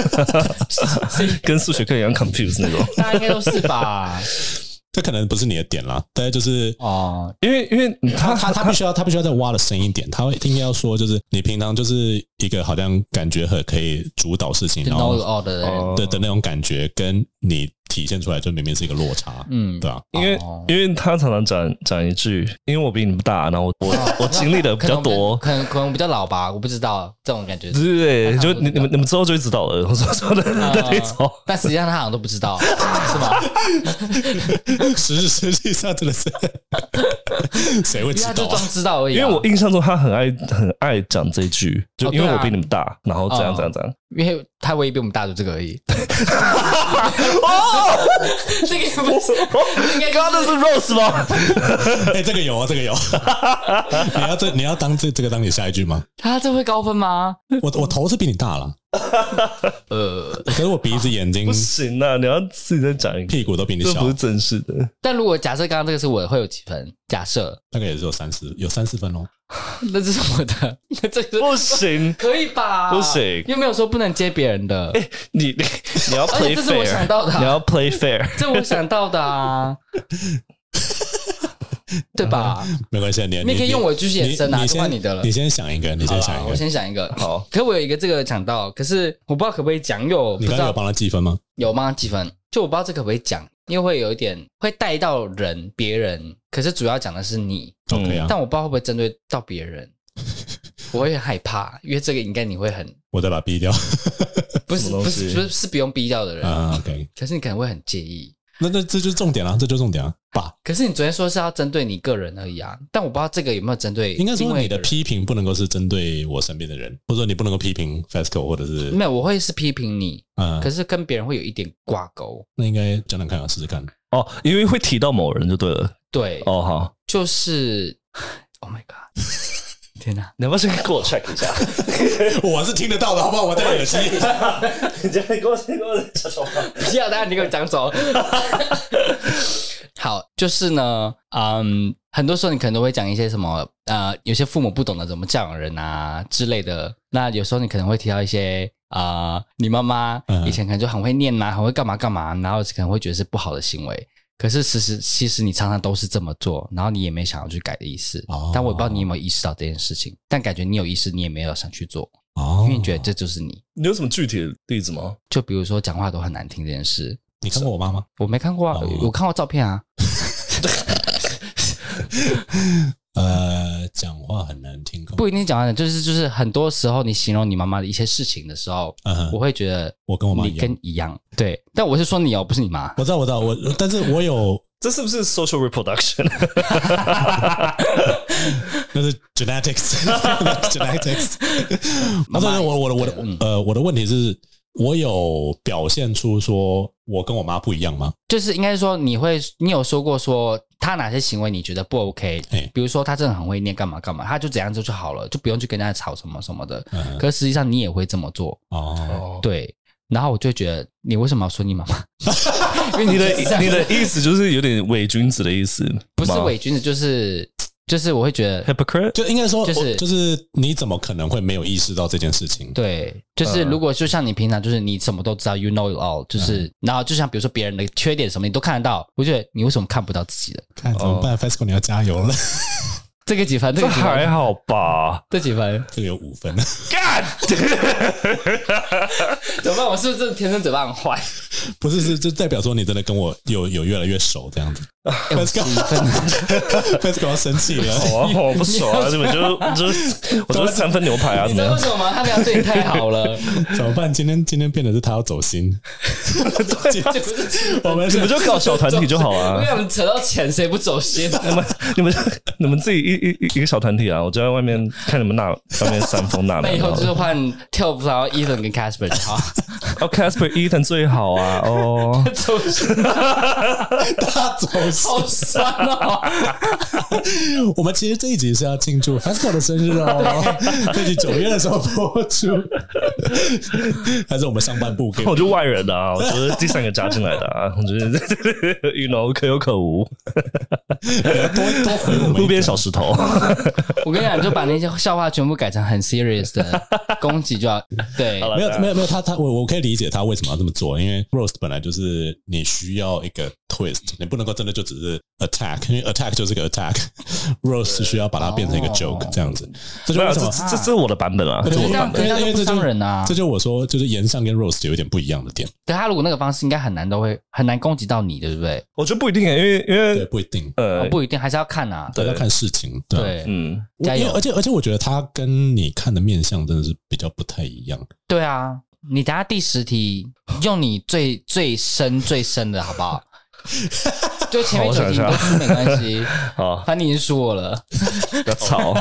跟数学课一样 confused 那种。大家应该都是吧？这可能不是你的点啦，大概就是哦，因为因为他他他他必须要他必须要再挖的深一点，他会一定要说，就是你平常就是一个好像感觉很可以主导事情，就然 know 后 it all 的人，哦的的那种感觉，跟你体现出来就明明是一个落差，嗯，对吧？啊因为哦因为他常常讲讲一句，因为我比你们大，然后我我我经历的比较多，可能可能我比较老吧，我不知道这种感觉。对对对，他常常就都你你这样们你们之后就会知道了，我说说的那种。但实际上他好像都不知道，是吗？ 实实际上真的是谁因会为知他就道啊？装 知道而已因啊。为我印象中他很爱很爱讲这句，就哦因为对啊我比你们大，然后怎样哦怎样怎样。 因为他唯一比我们大就这个而已。哦，这个不是应该刚刚那是 Rose 吗？哎，这个有啊，这个有。啊你要这你要当这这个当你下一句吗？他这会高分吗？我我头是比你大了，呃，可是我鼻子、眼睛不、行啊，你要自己再讲一个，屁股都比你这小不是，正式的。但如果假设刚刚这个是我，会有几分？假设大概也只有三四有三四分哦。那这是我的，那这是不行，可以吧？不行又没有说不能接别人的，你你你要而且 play 这是我想 fair，到的啊 你要 play fair。这我想到的啊，对吧？没关系，啊你你也可以用我继续延伸啊你就先换你的了你先想一个，你好先想啦，一我个。先想一个。好，可我有一个这个想到，可是我不知道可不可以讲，因为我不你知刚刚有道帮他计分吗？有吗？几分？就我不知道这可不可以讲，因为会有一点会带到人别人，可是主要讲的是你，嗯 OK 啊，但我不知道会不会针对到别人，我会害怕，因为这个应该你会很我再把它逼掉。不什是么不东是西不是是不用逼掉的人， 啊，OK，可是你可能会很介意。那那这就是重点了，这就是重点啊，爸。可是你昨天说是要针对你个人而已啊，但我不知道这个有没有针对应该另说外你一个的人批评不能够是针对我身边的人，或者说你不能够批评 FESCO 或者是没有，我会是批评你，嗯可，是跟别人会有一点挂钩。那应该讲讲看啊，试 试看。哦，因为会提到某人就对了。对，哦，好，就是 Oh my God！天哪，你要不要先给我 check 一下？ 我是听得到的，好不好？我戴耳 机。你先给我先给我悄悄话。不要，大家你给我讲走。 好，就是呢，嗯，很多时候你可能都会讲一些什么，呃，有些父母不懂得怎么教养人啊之类的。那有时候你可能会提到一些，啊、你妈妈嗯以前可能就很会念呐、很会干嘛干嘛，然后可能会觉得是不好的行为。可是其实其实你常常都是这么做，然后你也没想要去改的意思。哦但我也不知道你有没有意识到这件事情，但感觉你有意识，你也没有想去做，哦因为你觉得这就是你。你有什么具体的例子吗？就比如说讲话都很难听这件事，你看过我妈吗？我没看过啊，哦我看过照片啊。呃，讲话很难听。不一定讲完，就是就是很多时候你形容你妈妈的一些事情的时候，嗯哼，我我会觉得我跟我妈一你样嗯跟。一样，对。但我是说你哦，不是你妈。我知道，我知道，我但是我有这是不是 social reproduction？那是 genetics，genetics。他说：“我我的我的嗯呃我的问题是，我有表现出说我跟我妈不一样吗？就是应该说你会，你有说过说她哪些行为你觉得不 OK，哎比如说她真的很会念干嘛干嘛，她就怎样做就好了，就不用去跟人家吵什么什么的。嗯哼可实际上你也会这么做，哦，哦，对。然后我就觉得你为什么要说你妈 妈？因 为你就是这的样你的意思就是有点伪君子的意思，不是吗伪君子，就是就是我会觉得 hypocrite。就应该说，就是我就是你怎么可能会没有意识到这件事情？对，就是呃如果就像你平常就是你什么都知道，you know it all，就是、然后就像比如说别人的缺点什么你都看得到，我觉得你为什么看不到自己的？看怎么办、f e s c o 你要加油了。 这个几分？这这个几还分？好吧？这几分？这个有五分，啊干，怎么办？我是不是天生嘴巴很 坏？不是是就代表说你真的跟我有有越来越熟这样子。Pascal，Pascal 要生气了，我我不爽啊！你们就就是我就是三分牛排啊，你怎么知道样？为什么吗？他们要对你太好了，怎么办？今天今天变得是他要走心， 对啊，就是我们你们就搞小团体就好我啊跟。你们扯到钱，谁不走 心？你们你们就你们自己一一一一个小团体啊！我就在外面看你们纳外面煽风纳那以凉啊后好就是了。换跳舞，然后 Ethan 跟 Casper 就好。哦，Casper Ethan 最好啊！ 哦， 走心，他走 心。好酸哦！ 我们其实这一集是要庆祝 Pascal 的生日哦，这集九月的时候播出， 还是我们上半部可以我就外人的啊，我就是第三个加进来的啊，我觉得 you know 可有可无，多多回我们一路边点小石头。我跟你讲，就把那些笑话全部改成很 serious 的攻击就好。对，好了没有没有没有，他他我我可以理解他为什么要这么做，因为 roast 本来就是你需要一个 twist，你不能够真的就只是 attack，因为 attack 就是个 attack，roast 是需要把它变成一个哦 joke 这样子，这就没为有，什这么这这是我的版本啊，这这就我是的版这样本。可是因为这不这就伤人啊这！就我说就是言上跟 roast 有一点不一样的点，对他如果那个方式，应该很难都会很难攻击到你，对不对？我觉得不一定，啊因为因对，为不一定，呃哦，不一定，还是要看啊。对，要看事情，对啊。对，嗯，我加因为油而且而且，我觉得他跟你看的面相真的是比较不太一样。对啊，你等下第十题用你最最深最深的好不 好？就前面好我九想一下题你都输没关系，好，反正你已经输我了。不要吵。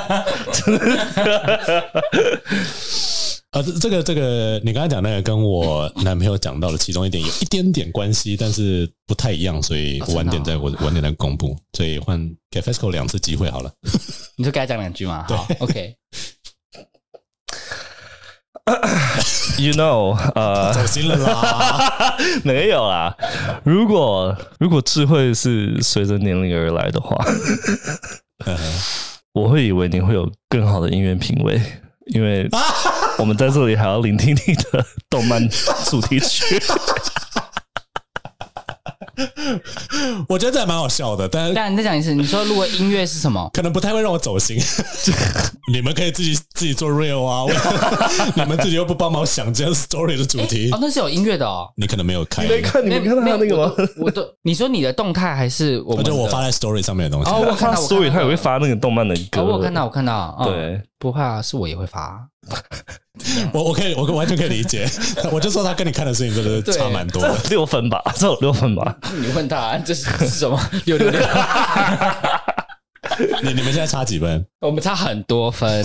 啊，这这个这个，你刚才讲那个跟我男朋友讲到的其中一点有一点点关系，但是不太一样，所以哦真的我晚点哦再我晚点再公布。所以换给 FESCO 两次机会好了。你就给他讲两句嘛。好，OK。 You know，呃， 走心了啦，没有啦。如果如果智慧是随着年龄而来的话，我会以为你会有更好的音乐品味，因为我们在这里还要聆听你的动漫主题曲。 我觉得这还蛮好笑的，但但你再讲一次，你说如果音乐是什么？可能不太会让我走心。 你们可以自己自己做 real 啊，我 你们自己又不帮忙想这 story 的主题哎哦，，那是有音乐的哦。你可能没有开，看没没有？我都我都，你说你的动态还是我或们的？啊者我发在 story 上面的东西。哦，我看他到，我看 story 到他也会发那个动漫的歌，哦，我有看到，我看到，嗯对，不会啊，是我也会发， 我我可以，我完全可以理解。 我就说他跟你看的事情真的是差蛮多的。六分吧，这有六分吧。你问他这是是什么？ 六六六，你你们现在差几分？我们差很多 分。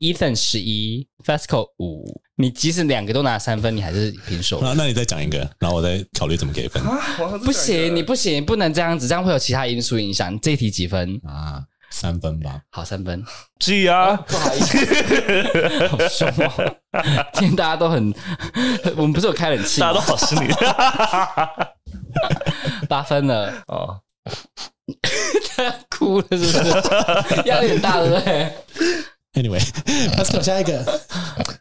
Ethan 十一，Fasco 五，你即使两个都拿三分，你还是平手。啊，那你再讲一个，然后我再考虑怎么给分啊不行，你不行，不能这样子，这样会有其他因素影响。你这一题几分？啊，三分吧。好，三分。 G 啊，不好意思， 好凶哦！今天大家都很，我们不是有开冷气大家吗都？好心里八分了，哦，哭了是不是？ 压力很大，对不对？ Anyway，他是下一个，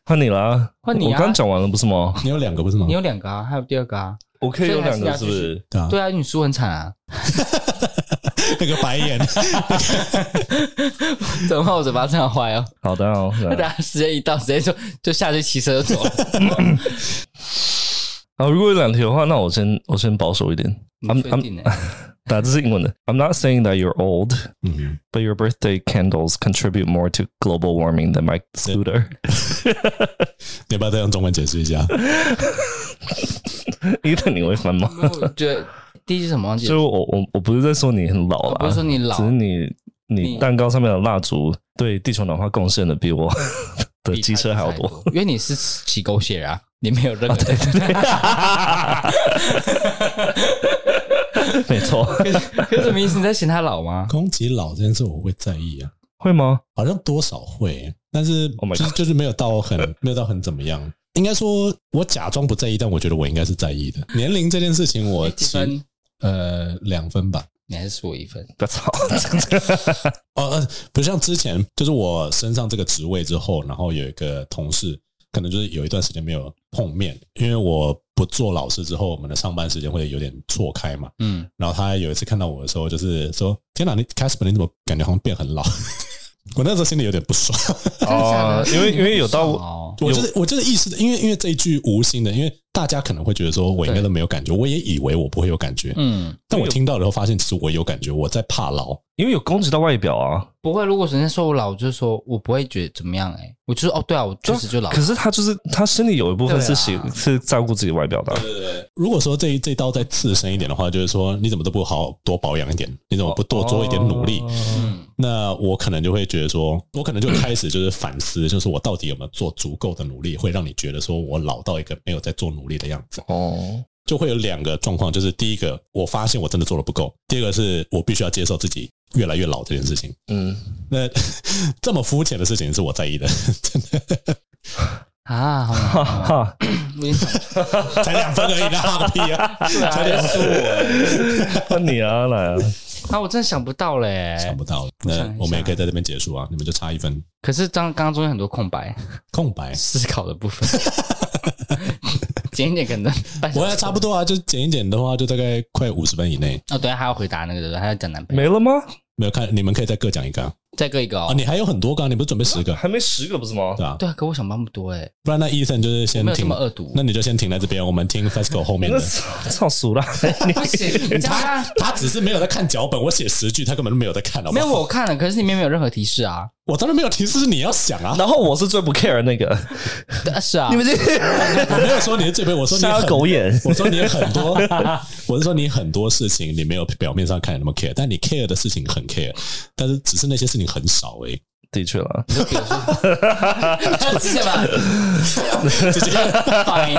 换你啦，换你啊我刚讲完了不是吗？你有两个不是吗你？有两个啊，还有第二个啊。我可以有两所以个还是不是你要继续是？对啊，对啊，你输很惨啊！ 那个 白眼，怎么办我嘴巴这样坏哦？好的 哦，那来大家时间一到，直接就 就下去骑 车就走了。啊，如果有两题的话，那我先我先保守一点。你 I'm 确 I'm 定欸打这是英文的。I'm not saying that you're old, 嗯， but your birthday candles contribute more to global warming than my scooter. 你要不要再用中文解释 一下？伊藤，你会翻吗？没有 我觉得第一是什么忘记就是了？我我我不是在说你很老我啦，不是说你老只，是你你你蛋糕上面的蜡烛对地球暖化贡献的比我 的比机他车还要太多。，因为你是骑狗血啊，你没 有任何的。 没错，可是什么意思？你在嫌他老吗？攻击老这件事我会在意啊，会吗？好像多少会，但是 Oh my 就是就是没有到很没有到很怎么样。应该说，我假装不在意，但我觉得我应该是在意的。年龄这件事情，我几其分？呃两分吧。你还是输我一分。不要吵，哦，呃，不像之前，就是我升上这个职位之后，然后有一个同事，可能就是有一段时间没有碰面，因为我不做老师之后，我们的上班时间会有点错开嘛。嗯，然后他有一次看到我的时候，就是说：“天哪，你 Casper 你怎么感觉好像变很老？” 我那时候心里有点不爽，真的假的哦因为因为有到哦我就是我就是意识，因为因为这一句无心的，因为大家可能会觉得说我应该都没有感觉，我也以为我不会有感觉，嗯，但我听到然后发现其实我有感觉，我在怕老。因为有攻击到外表啊。不会。如果人家说我老，我就说我不会觉得怎么样、欸。我就是哦，对啊，我确实就老。可是他就是他心里有一部分是喜、对啊是照顾自己外表的啊、如果说这一这一刀再刺深一点的话，就是说你怎么都不好好多保养一点，你怎么不多做一点努力？哦嗯，那我可能就会觉得说， 我可能就开始就是反思，就是我到底有没有做足够的努力，会让你觉得说我老到一个没有在做努力的样子。哦，就会有两个状况，就是第一个，我发现我真的做的不够；第二个是我必须要接受自己越来越老这件事情。嗯，那 这么肤浅的事情是我在意的，真的啊，好难 哈哦，哈，我已经想才两分而已，拉 个屁啊！ 出才来两了，换你啊，来啊，啊，我真的想不到嘞、想不到，想那一下我们也可以在这边结束啊，你们就差一分，可是刚刚刚中间很多空白，空白。思考的部分，剪一点可能半小我时还差不多啊，就减一减的话，就大概快五十分以内。哦，对，还要回答那个对不对？还要讲男朋友，没了吗？没有看，你们可以再各讲一个啊。再各一个啊哦。你还有很多个啊，你不是准备十个还没十个不是吗对？吧？对啊，可我想不到那么多哎，不然那 Ethan 就是我先没有这停么，恶毒。那你就先停在这边，我们听 FESCO 后面那的。操熟了， 你不行，你知道他他他只是没有在看脚本，我写十句，他根本就没有在看，好不没有好？我看了，可是里面没有任何提示啊。我当然没有提示，是你要想 啊，然后我是最不 care 那个，对啊是啊 你，们 这我没有说你是最笨，我说你瞎很狗，眼。 我说你很多，我是说你很多事情你没有表面上看那么 care，但你 care 的事情很 care，但是只是那些事情很少 而已。的确了，是吧？直接反应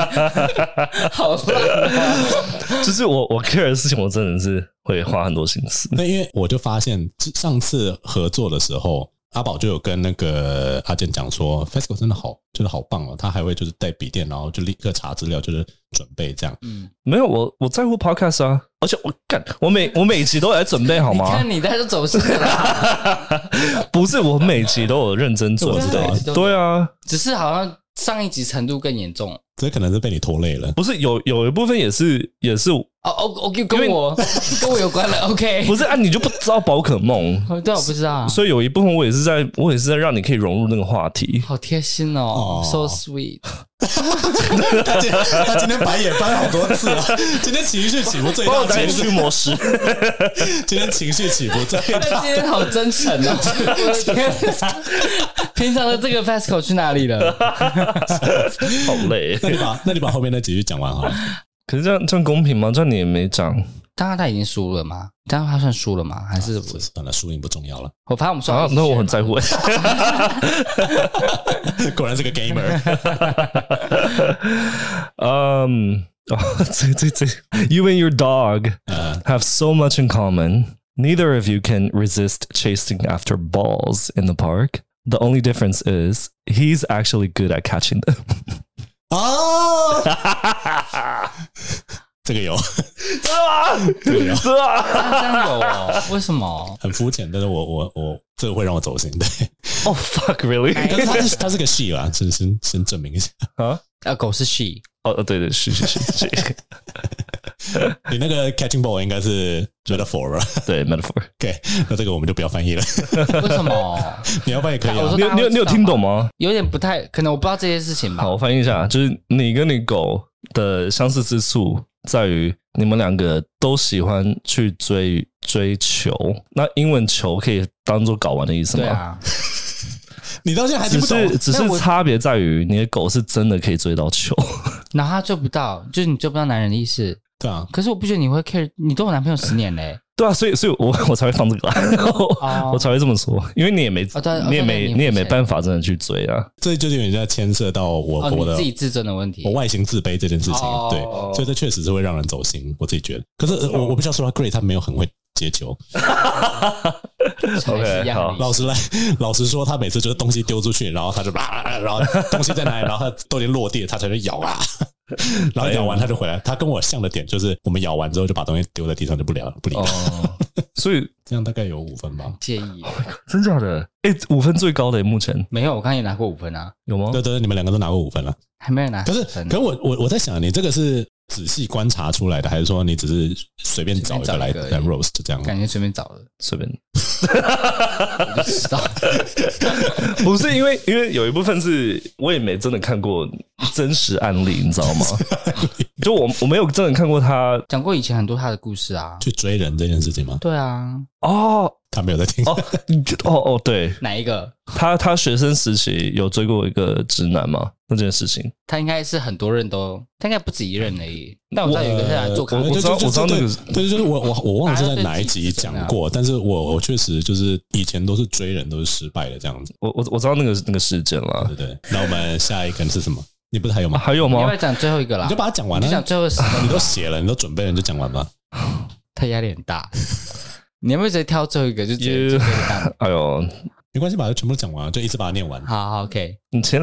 好烂哦就是我我 care 的事情，我真的是会花很多心思。那因为我就发现上次合作的时候。阿宝就有跟那个阿健讲说，FESCO 真的好，就是好棒哦。他还会就是带笔电，然后就立刻查资料，就是准备这样。嗯，没有我我在乎 podcast 啊，而且我干我 每我每集都有来准备好你吗看？你在这走心了，不是我每集都有认真做我知道啊的，对啊，只是好像上一集程度更严重。这可能是被你拖累了。不是有有一部分也是也是哦哦哦，跟我跟我有关了，OK。不是啊，你就不知道宝可 梦，哦，对啊，我不知道啊，所以有一部分我也是在我也是在让你可以融入那个话题。好贴心哦哦，so sweet。他今他今天白眼翻好多次了，哦今天情绪起伏最帮大我，打情点绪驱魔师，今天情绪起伏最他 大今。天好真诚 哦！我的天平常的这个 Fasco 去哪里了？好累。那你把那你把后面那几句讲完好了。可是这样这样公平吗？这样你也没涨。当然他已经输了吗？当然他算输了吗？还是不是，算了，输赢不重要了。我反正我们说啊，那我很在乎。果然是个 gamer。 嗯，哦，这这这，You and your dog 呃， have so much in common. Neither of you can resist chasing after balls in the park. The only difference is he's actually good at catching them. 哦，这个有，这个有，是啊，啊这样有哦？ 为什么？很肤浅，但是我我我这个会让我走心。对，哦、fuck really？但是他是他是个 she 啦，先先先证明一下。啊，啊，狗是 she，哦哦，Oh, 对对是是是是，你那个 catching ball 应该是 metaphor 吧对 metaphor。 ？OK，那这个我们就不要翻译了。为什么？你要翻译可以 我说。啊你有你有你有听懂吗？有点不太可能，我不知道这些事情吧好，。我翻译一下，就是你跟你狗的相似之处在于你们两个都喜欢去追追求。那英文球可以当做睾丸的意思吗？对啊，哎你到现在还听只不懂？是只那我是差别在于你的狗是真的可以追到球。 然后他追不到，就是你追不到男人的意思。对啊，可是我不觉得你会 care，你都有男朋友十年嘞。对啊，所以所以我我才会放这个、啊，哦 我才会这么说，因为你也没、哦对哦你也对对没你你也不没是办法真的去追啊。这就有点在牵涉到我、哦，我你的自己自尊的问题我。外形自卑这件事情，哦对，所以这确实是会让人走心，我自己觉得。可是呃我我不需要说他 great，他没有很会接球。OK，还是一好样的意思 老实来，老实说，他每 次就是东西丢出去，然后他就啊，然后东西在哪里，然后他都已经落地了，他才能咬啊。 然后咬完它就回来。它跟我像的点就是，我们咬完之后就把东西丢在地上就不聊了，不理了。哦，所以这样大概有五分吧。介 意。真假的？哎、五分最高的目前没有，我刚刚也拿过五分啊，有吗？对对，对你们两个都拿过五分了。还没有拿可十是，分。可是我我我在想，你这个是仔细观察出来的，还是说你只是随便找一个来随便找来一个而 roast 这样？感觉随便找的，随便，我就知道。 不是因为因为有一部分是我也没真的看过真实案例，你知道吗？就我我没有真的看过他讲过以前很多他的故事啊，去追人这件事情吗？对啊，哦他没有在听。哦哦哦，对哪一个？他他学生时期有追过一个直男吗？那件事情，他应该是很多任都，他应该不止一任而已。但我知道有一个是来做咖呃啡我知道我知道那个是对，对就是我我我忘了是在哪一集讲过，但是我我确实就是以前都是追人都是失败的这样子，我我我知道那个那个事件对了。不对？那我们下一个是什么？你不是还有啊吗？还有你要不吗要？讲最后一个啦？你就把它讲完你就了讲。最后十分你都写了，你都准备了，你就讲完吧。他压力很大。你要不要直接挑最后一个？就直接 You- 直接当哎呦，没关系，把它全部讲完，就一次把它 念完。好好，OK。你前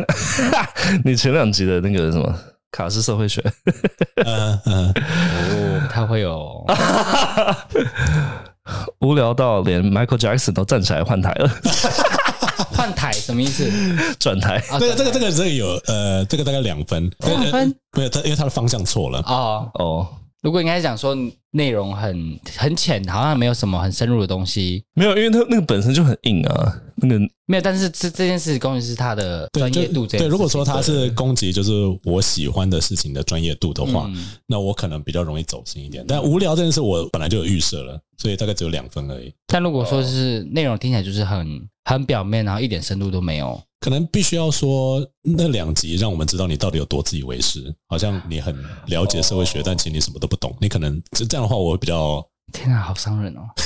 你前两集的那个什么卡式社会学，嗯嗯，哦，他会有，无聊到连 Michael Jackson 都站起来换台了， 换台什么意思？转台。啊这个这个这个这个有呃，这个大概两分，两分没有，它因为它的方向错了。哦，哦，如果应该讲说内容很很浅，好像没有什么很深入的东西，没有，因为他那个本身就很硬啊，那个没有。但是这这件事，公于是他的对，专就业度这件事情。对，如果说他是攻击，就是我喜欢的事情的专业度的话，嗯那我可能比较容易走心一点。但无聊这件事，我本来就有预设了，所以大概只有两分而已。但如果说哦是内容听起来就是很很表面，然后一点深度都没有，可能必须要说那两集让我们知道你到底有多自以为是，好像你很了解社会学，但其实你什么都不懂。你可能这这样的话，我会比较天啊，好伤人哦！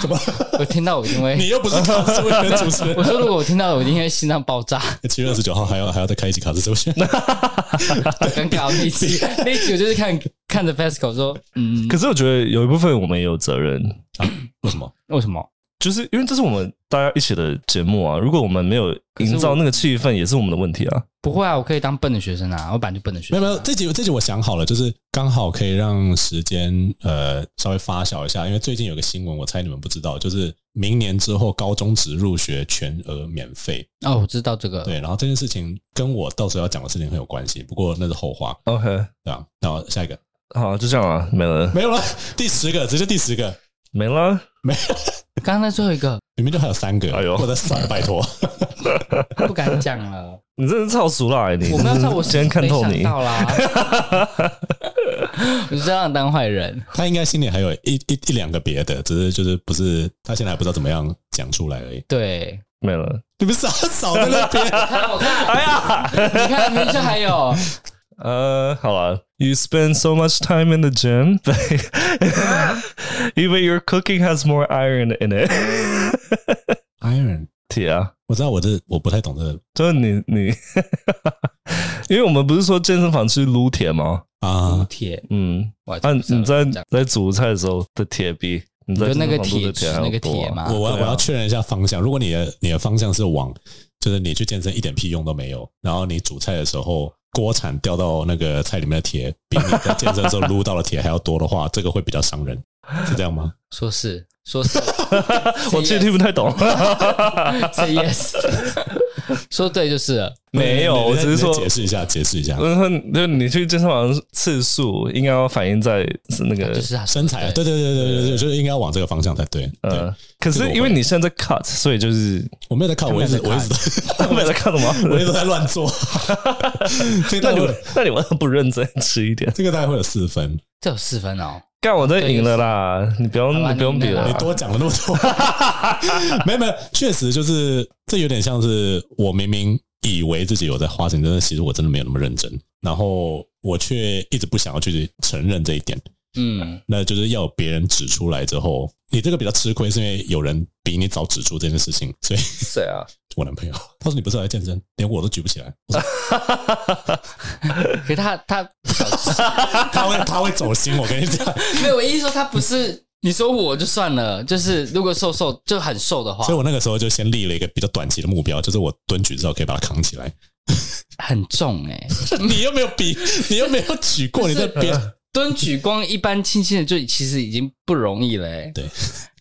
怎么？我听到我一定会你，又不是考社会学主持人我。 说如果我听到我一定会心脏爆炸，七月二十九号还要还要再开一集卡斯社会学，好尴 尬哦。那一集那一集我就是看看着 FESCO 说，嗯，可是我觉得有一部分我们也有责任，为什么？为什么？就是因为这是我们大家一起的节目啊。如果我们没有营造那个气氛，也是我们的问题啊。不会啊，我可以当笨的学生啊，我本来就笨的学没生、有啊。没有，这集这集我想好了，就是刚好可以让时间呃稍微发酵一下，因为最近有个新闻，我猜你们不知道，就是明年之后高中职入学全额免费，哦，我知道这个，对，然后这件事情跟我到时候要讲的事情很有关系，不过那是后话， OK，对吧、然后下一个好，就这样啊，没了，没有了，第十个直接第十个，没了。刚刚那最后一个明明就还有三个，哎呦我的傻 拜托，不敢讲 了，你真的是超俗啦、你！我没有知道我 今天看透没你想，到啦， 我就这样当坏人。他应该心里还有一一一两个别的，只是就是不是他现在还不知道怎么样讲出来而已，对，没了。你们傻少在那边。看我看，哎呀，你看明明就还有，呃，好了，You spend so much time in the gym, but even your cooking has more iron in it. Iron，铁啊，我知道我这我不太懂这个就是你你， 因为我们不是说健身房去撸铁吗？啊，铁，嗯，哇，啊，你在这样在煮菜的时候的铁币，你在就健那身个房撸铁的质铁还那个要多铁啊嘛，我我要对我啊要确认一下方向。如果你的你的方向是往，就是你去健身一点屁用都没有，然后你煮菜的时候锅铲掉到那个菜里面的铁，比你在健身的时候撸到的铁还要多的话，这个会比较伤人，是这样吗？说是说是 我其实听不太懂。 ，say yes，说 对就是了 没有，你你我只是你说，呃解释一下，解释一下我是说，嗯就是你去健身房次数应该要反映在那个就。是他说身材啊，对对对对对对，就是应该往这个方向才对。对，呃，可是因为你现在在 cut，所以就是我没有在看，我一直我一直没在 cut 我一吗？直在乱做，这 个那大概你会有那你为什么不认真吃一点？这个大概会有四分，这有四分哦，干，我真赢了啦！你不用好吧你不用比了你啦，多讲了那么多， 没有没有，确实就是这有点像是我明明以为自己有在花钱，但是其实我真的没有那么认真，然后我却一直不想要去承认这一点，嗯，那就是要有别人指出来之后，你这个比较吃亏，是因为有人比你早指出这件事情，所以谁啊？我男朋友 他说你不是有在健身，连我都举不起来，我说可是他他他会他会走心，我跟你讲，没有，我意思说他不是。你说我就算了，就是如果瘦瘦就很瘦的话所以，我那个时候就先立了一个比较短期的目标，就是我蹲举之后可以把它扛起来，很重哎、你又没有比，你又没有举过，你在边蹲举光一般轻轻的就其实已经不容易了哎、对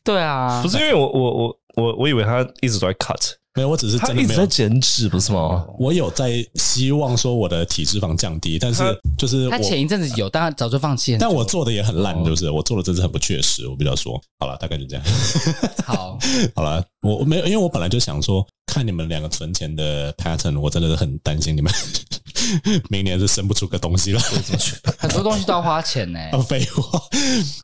对啊，不是因为我我我我我以为他一直都在 cut，没有，我只是他真的一没直在有。减脂，不是吗？我有在希望说我的体脂肪降低，但是他就是他前我，一阵子有，但他早就放弃了。但我做的也很哦烂，就是我做的真是很不确实。我比较说，好了，大概就这样。 好，好了，我我没有，因为我本来就想说，看你们两个存钱的 pattern，我真的是很担心你们 明年是生不出个东西了。很多东西都要花钱欸呢、啊，废话，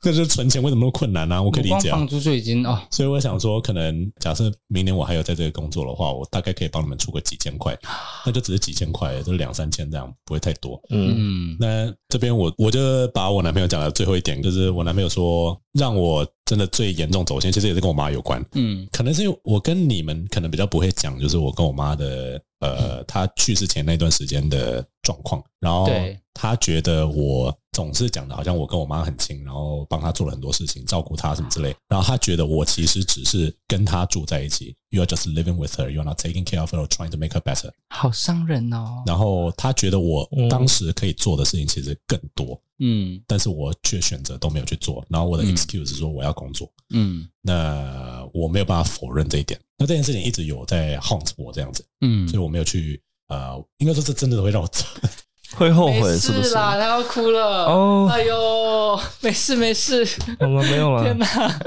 那就是存钱为什么那么困难呢、 我可以理光解啊、房租就已经哦，所以我想说，可能假设明年我还有在这个工作的话，我大概可以帮你们出个几千块，那就只是几千块，就两三千这样，不会太多。嗯，嗯，那这边我我就把我男朋友讲的最后一点，就是我男朋友说让我真的最严重走心，其实也是跟我妈有关。嗯可能是因为我跟你们可能比较不会讲，就是我跟我妈的呃，她去世前那段时间的状况，然后对她觉得我总是讲的好像我跟我妈很亲，然后帮她做了很多事情，照顾她什么之类，然后她觉得我其实只是跟她住在一起，you are just living with her, you are not taking care of her, or trying to make her better。好伤人哦，然后她觉得我嗯当时可以做的事情其实更多，嗯但是我却选择都没有去做，然后我的嗯 excuse 是说我要工作。嗯那我没有办法否认这一点。那这件事情一直有在 haunt 我这样子，所以嗯，我没有去呃，应该说这真的会让我 会后没悔事是不是？啦，他要哭了，哦哎呦，没事没事，我们没有啦天，哪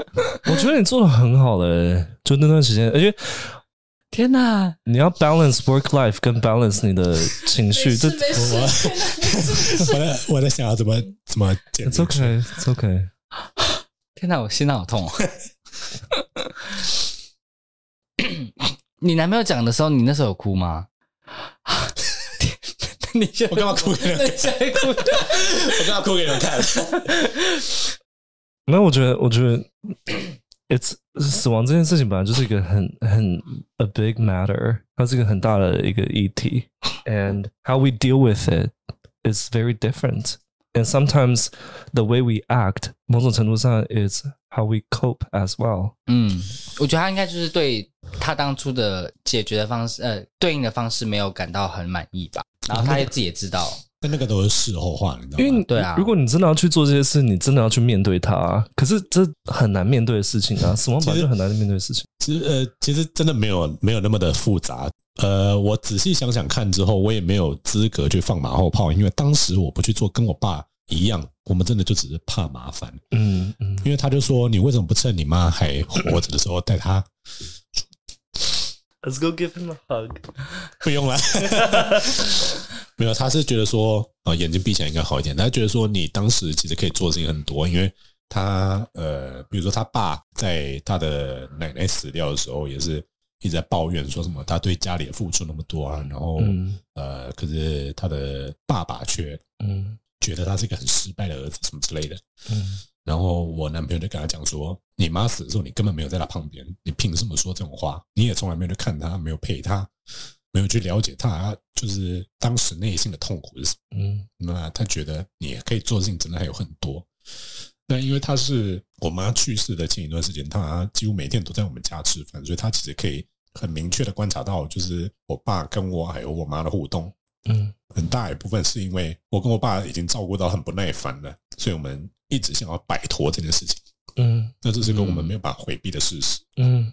我觉得你做的很好的、就那段时间，而且天哪，你要 balance work life 跟 balance 你的情绪，没这事没事，天哪没事没事我在我在想要怎么怎么解 it's 决。 okay it's okay。 天哪，我心脏好痛、哦。你男朋友讲的时候，你那时候有哭吗？ 你现在我干嘛哭给你们那看 你现在哭？我刚刚哭给你们看，没有，我觉得，我觉得 ，it's 死亡这件事情本来就是一个很很 a big matter，它是一个很大的一个议题，and how we deal with it is very different。And sometimes the way we act，某种程度上 is how we cope as well。嗯，我觉得他应该就是对他当初的解决的方式，呃，对应的方式没有感到很满意吧。然后他也自己也知道，但那个都是事后话，你知道因为吗？你对啊如果你真的要去做这些事，你真的要去面对它、可是这很难面对的事情啊，死亡本来就很难面对的事情。其实呃，其实真的没有没有那么的复杂。呃，我仔细想想看之后，我也没有资格去放马后炮，因为当时我不去做，跟我爸一样，我们真的就只是怕麻烦。嗯嗯，因为他就说，你为什么不趁你妈还活着的时候带她？ Let's go give him a hug。不用了，没有，他是觉得说，呃，眼睛闭起来应该好一点。他觉得说，你当时其实可以做的事情很多，因为他呃，比如说他爸在他的奶奶死掉的时候，也是一直在抱怨说什么他对家里付出那么多啊，然后、嗯呃，可是他的爸爸却嗯觉得他是一个很失败的儿子什么之类的。嗯然后我男朋友就跟他讲说：“你妈死的时候，你根本没有在她旁边，你凭什么说这种话？你也从来没有去看她，没有陪她，没有去了解她，就是当时内心的痛苦是什嗯么。那他觉得你可以做的事情真的还有很多。那因为她是我妈去世的前一段时间，她几乎每天都在我们家吃饭，所以她其实可以很明确的观察到，就是我爸跟我还有我妈的互动。嗯很大一部分是因为我跟我爸已经照顾到很不耐烦了，所以我们一直想要摆脱这件事情。嗯那这是个我们没有办法回避的事实。嗯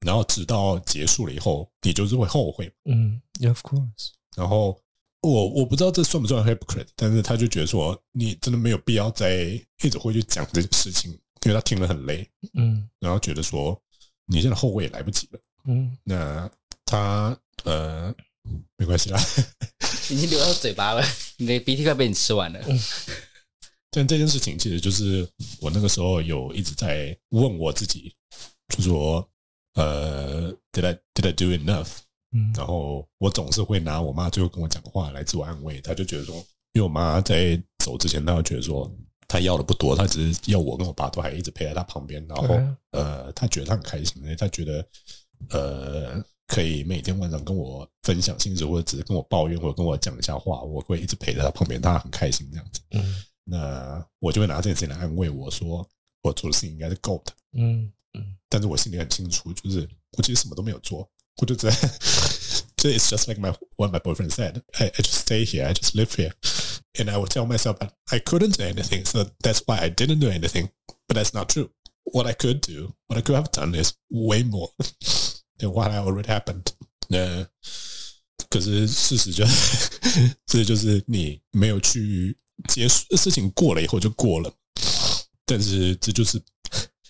然后直到结束了以后，你就是会后悔。嗯，yeah, of course。然后我我不知道这算不算 hypocrite，但是他就觉得说你真的没有必要再一直会去讲这件事情，因为他听了很累，嗯然后觉得说你现在后悔也来不及了。嗯，那他呃没关系啦，已经流到嘴巴了， 你的鼻涕快被你吃完了。但这件事情其实就是我那个时候有一直在问我自己，就说呃，did I did I do enough？嗯然后我总是会拿我妈最后跟我讲的话来自我安慰，她就觉得说，因为我妈在走之前，她就觉得说她要的不多，她只是要我跟我爸都还一直陪在她旁边，然后对啊呃，她觉得她很开心，因为她觉得呃可以每天晚上跟我分享心事，或者只是跟我抱怨，或者跟我讲一下话，我会一直陪在她旁边，她很开心这样子。嗯那我就会拿这件事情来安慰我说，我做的事情应该是够的，嗯但是我心里很清楚，就是我其实什么都没有做，我就只在 It's just like my what my boyfriend said. I, I just stay here. I just live here, and I would tell myself that I couldn't do anything, so that's why I didn't do anything. But that's not true. What I could do, what I could have done, is way more than what I already happened. 那可是事实就是， 事实就是你没有去结束事情过了以后就过了，但是这就是，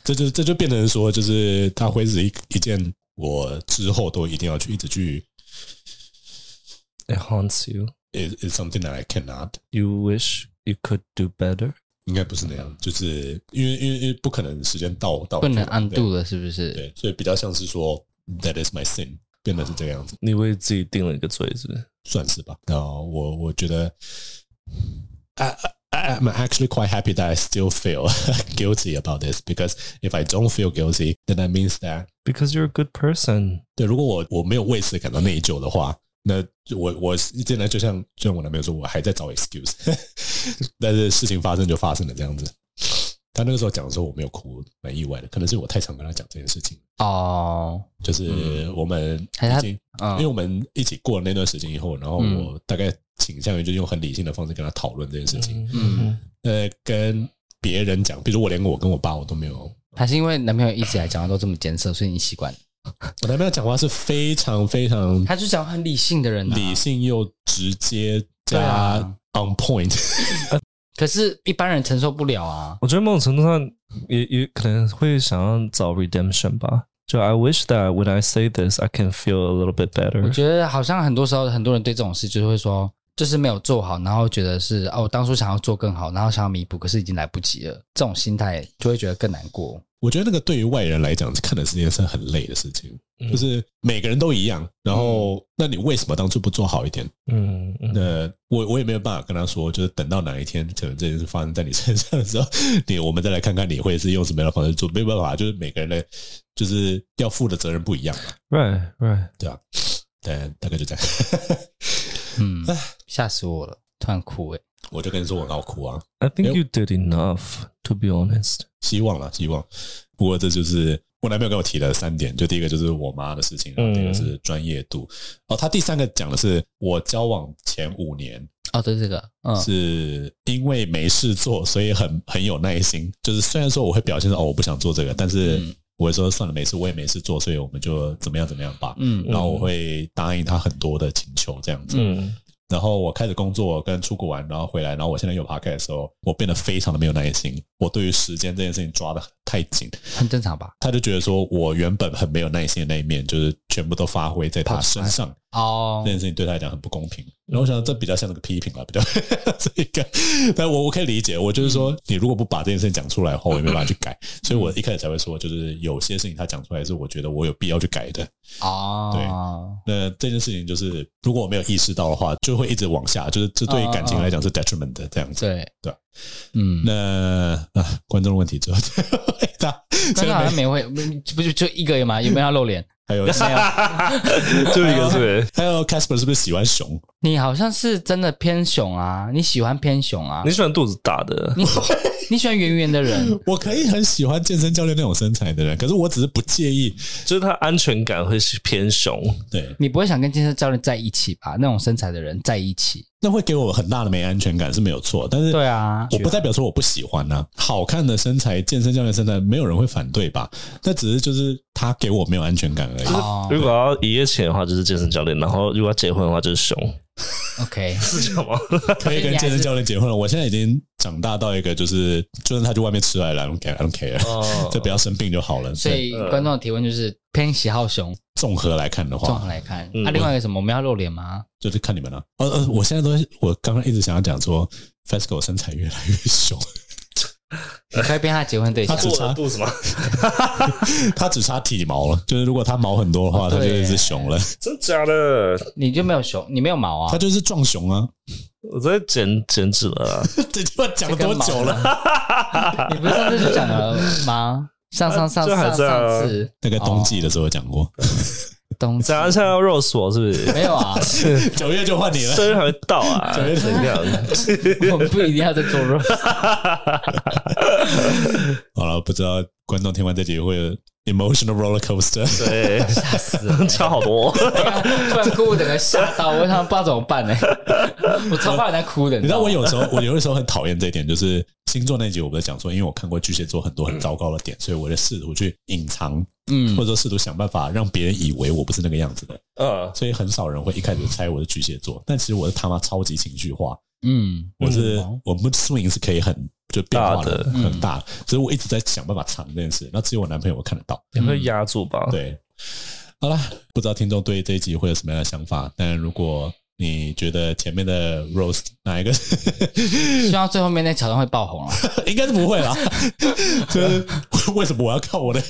这就这就变成说，就是它会是一一件我之后都一定要去一直去。 It haunts you. Is is something that I cannot. You wish you could do better. 应该不是那样，就是因为因为因为不可能时间到到不能安度了，是不是？对，所以比较像是说，That is my sin。变得是这个样子，你为自己定了一个罪，是不是？算是吧。然后我我觉得，I I am actually quite happy that I still feel guilty about this because if I don't feel guilty, then that means that because you're a good person。对，如果我我没有为此感到内疚的话，那我我现在就像就像我男朋友说，我还在找 excuse，但是事情发生就发生了这样子。他那个时候讲的时候，我没有哭，蛮意外的。可能是我太常跟他讲这件事情哦。嗯 Oh, 就是哦嗯我们已经，因为我们一起过了那段时间以后，然后我大概倾向于就用很理性的方式跟他讨论这件事情。嗯，呃，跟别人讲，比如我连我跟我爸我都没有。还是因为男朋友一直来讲话都这么艰涩，所以你习惯。我男朋友讲话是非常非常，他就讲很理性的人、啊，理性又直接加 on point。可是，一般人承受不了啊！我觉得某种程度上也也可能会想要找 redemption 吧。就 I wish that when I say this, I can feel a little bit better。我觉得好像很多时候，很多人对这种事就会说，就是没有做好，然后觉得是哦，我当初想要做更好，然后想要弥补，可是已经来不及了。这种心态就会觉得更难过。我觉得那个对于外人来讲，看的是件是很累的事情，嗯、就是每个人都一样。然后，嗯、那你为什么当初不做好一点？嗯，嗯那我我也没有办法跟他说，就是等到哪一天可能这件事发生在你身上的时候，你我们再来看看你会是用什么样的方式做。没有办法，就是每个人的就是要负的责任不一样嘛。Right, right，对吧、啊？但大概就这样。 嗯，吓死我了，突然哭哎、欸！我就跟你说我好哭啊！I think you did enough, to be honest. 希望了，希望。不过这就是我男朋友跟我提的三点，就第一个就是我妈的事情，然后第二个是专业度，然后、嗯哦、他第三个讲的是我交往前五年哦，对这个，嗯，是因为没事做，所以很很有耐心。就是虽然说我会表现说哦我不想做这个，但是我会说算了没事，我也没事做，所以我们就怎么样怎么样吧。嗯，然后我会答应他很多的请求这样子。 嗯。然后我开始工作，跟出国玩，然后回来，然后我现在有 p o c a 的时候，我变得非常的没有耐心。我对于时间这件事情抓的太紧，很正常吧？他就觉得说我原本很没有耐心的那一面，就是全部都发挥在他身上哦。这件事情对他来讲很不公平。然后我想这比较像那个批评了，比较这个。但我我可以理解，我就是说，你如果不把这件事情讲出来的话，我也没办法去改。所以我一开始才会说，就是有些事情他讲出来是我觉得我有必要去改的哦。对，那这件事情就是如果我没有意识到的话，就就会一直往下，就是这对感情来讲是 detriment 的这样子，对对，嗯，那啊，观众的问题之后 哎再回答，观众好像没会，不就就一个嘛？有没有要露脸？还有没有？ 就一个是，还有 Casper 是不是喜欢熊？你好像是真的偏熊啊，你喜欢偏熊 啊？你喜欢肚子大的，你你喜欢圆圆的人？我可以很喜欢健身教练那种身材的人，可是我只是不介意，就是他安全感会是偏熊。对你不会想跟健身教练在一起吧？那种身材的人在一起。那会给我很大的没安全感是没有错，但是对啊，我不代表说我不喜欢呐、啊。好看的身材，健身教练身材，没有人会反对吧？那只是就是他给我没有安全感而已。哦、如果要一夜情的话，就是健身教练；然后如果要结婚的话，就是熊。 OK，是这样吗？可以跟健身教练结婚了。我现在已经长大到一个，就是就算他去外面吃来了，I don't care，I don't care，、哦、 就不要生病就好了。所以观众的提问就是偏喜好熊。综合来看的话，综合来看，那、嗯啊、另外一个什么，我们要露脸吗？就是看你们了、啊。呃、哦、呃，我现在都我刚刚一直想要讲说，FESCO 身材越来越凶，你可以变他结婚对象，他只差肚子吗？他只差体毛了，就是如果他毛很多的话，他就一只熊了。真假的？你就没有熊，你没有毛啊？他就是壮熊啊！ 我在剪剪纸 了，这句话讲了多久 了？啊你不是上次就讲了吗？上上上上上次那 个冬季的时候讲过，冬季现在要 rose 我是不是？没有 啊，九月就换你了，生日还没到 啊，九月怎样？我们不一定要再做 rose。好了，不知道观众听完这集会 emotional roller coaster。对，！吓死 了差好多。突然哭，我整个吓到，我想不知道怎么办呢、我超怕人家哭的，你知道我有时候，我有的时候很讨厌这一点，就是星座那集我们在讲说，因为我看过巨蟹座很多很糟糕的点，所以我就试图去隐藏，嗯或者说试图想办法让别人以为我不是那个样子的， 嗯，所以很少人会一开始就猜我是巨蟹座，但其实我是他妈超级情绪化，嗯我是、嗯我们 swing 是可以很就变化大的的嗯很大，只是我一直在想办法藏这件事，那只有我男朋友我看得到，你会压住嗯吧？对，好啦，不知道听众对这一集会有什么样的想法，但如果你觉得前面的 roast 哪一个 希望最后面那桥段会爆红了，啊 应该是不会啦，就是 为什么我要靠我的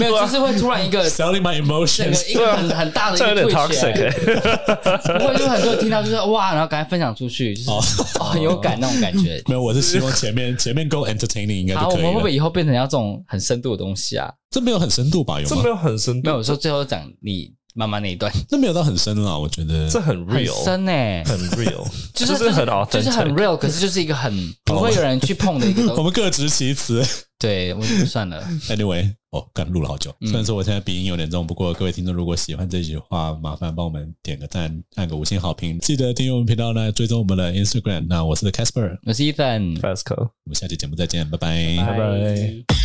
没有，就是会突然一个 selling my 整呃个 emotions？一个很很大的一啊这有个点 twitch， toxic 欸、欸。不会就很多人听到就是哇，然后赶快分享出去，就是哦哦很有感那种感 觉。没有，我是希望前面前面够 entertaining 应该好，就我可以们会不了。会以后变成要这种很深度的东西啊？这没有很深度吧？有这吗没？有很深没有，度，我说最后讲你妈妈那一段这没有到很深啦，我觉得这很 很 real，深呢、很 real， 就就是很就是很 authentic。 real，可是就是一个很不会有人去碰的 一个我东西。们各执其词。对，我就算了。 Anyway，哦，刚录了好久。嗯虽然说我现在鼻音有点重，不过各位听众如果喜欢这句话，麻烦帮我们点个赞，按个五星好评，记得订阅我们频道呢，追踪我们的 Instagram。那我是 Casper，我是 Ethan， Fasco，我们下期节目再见，拜拜拜拜。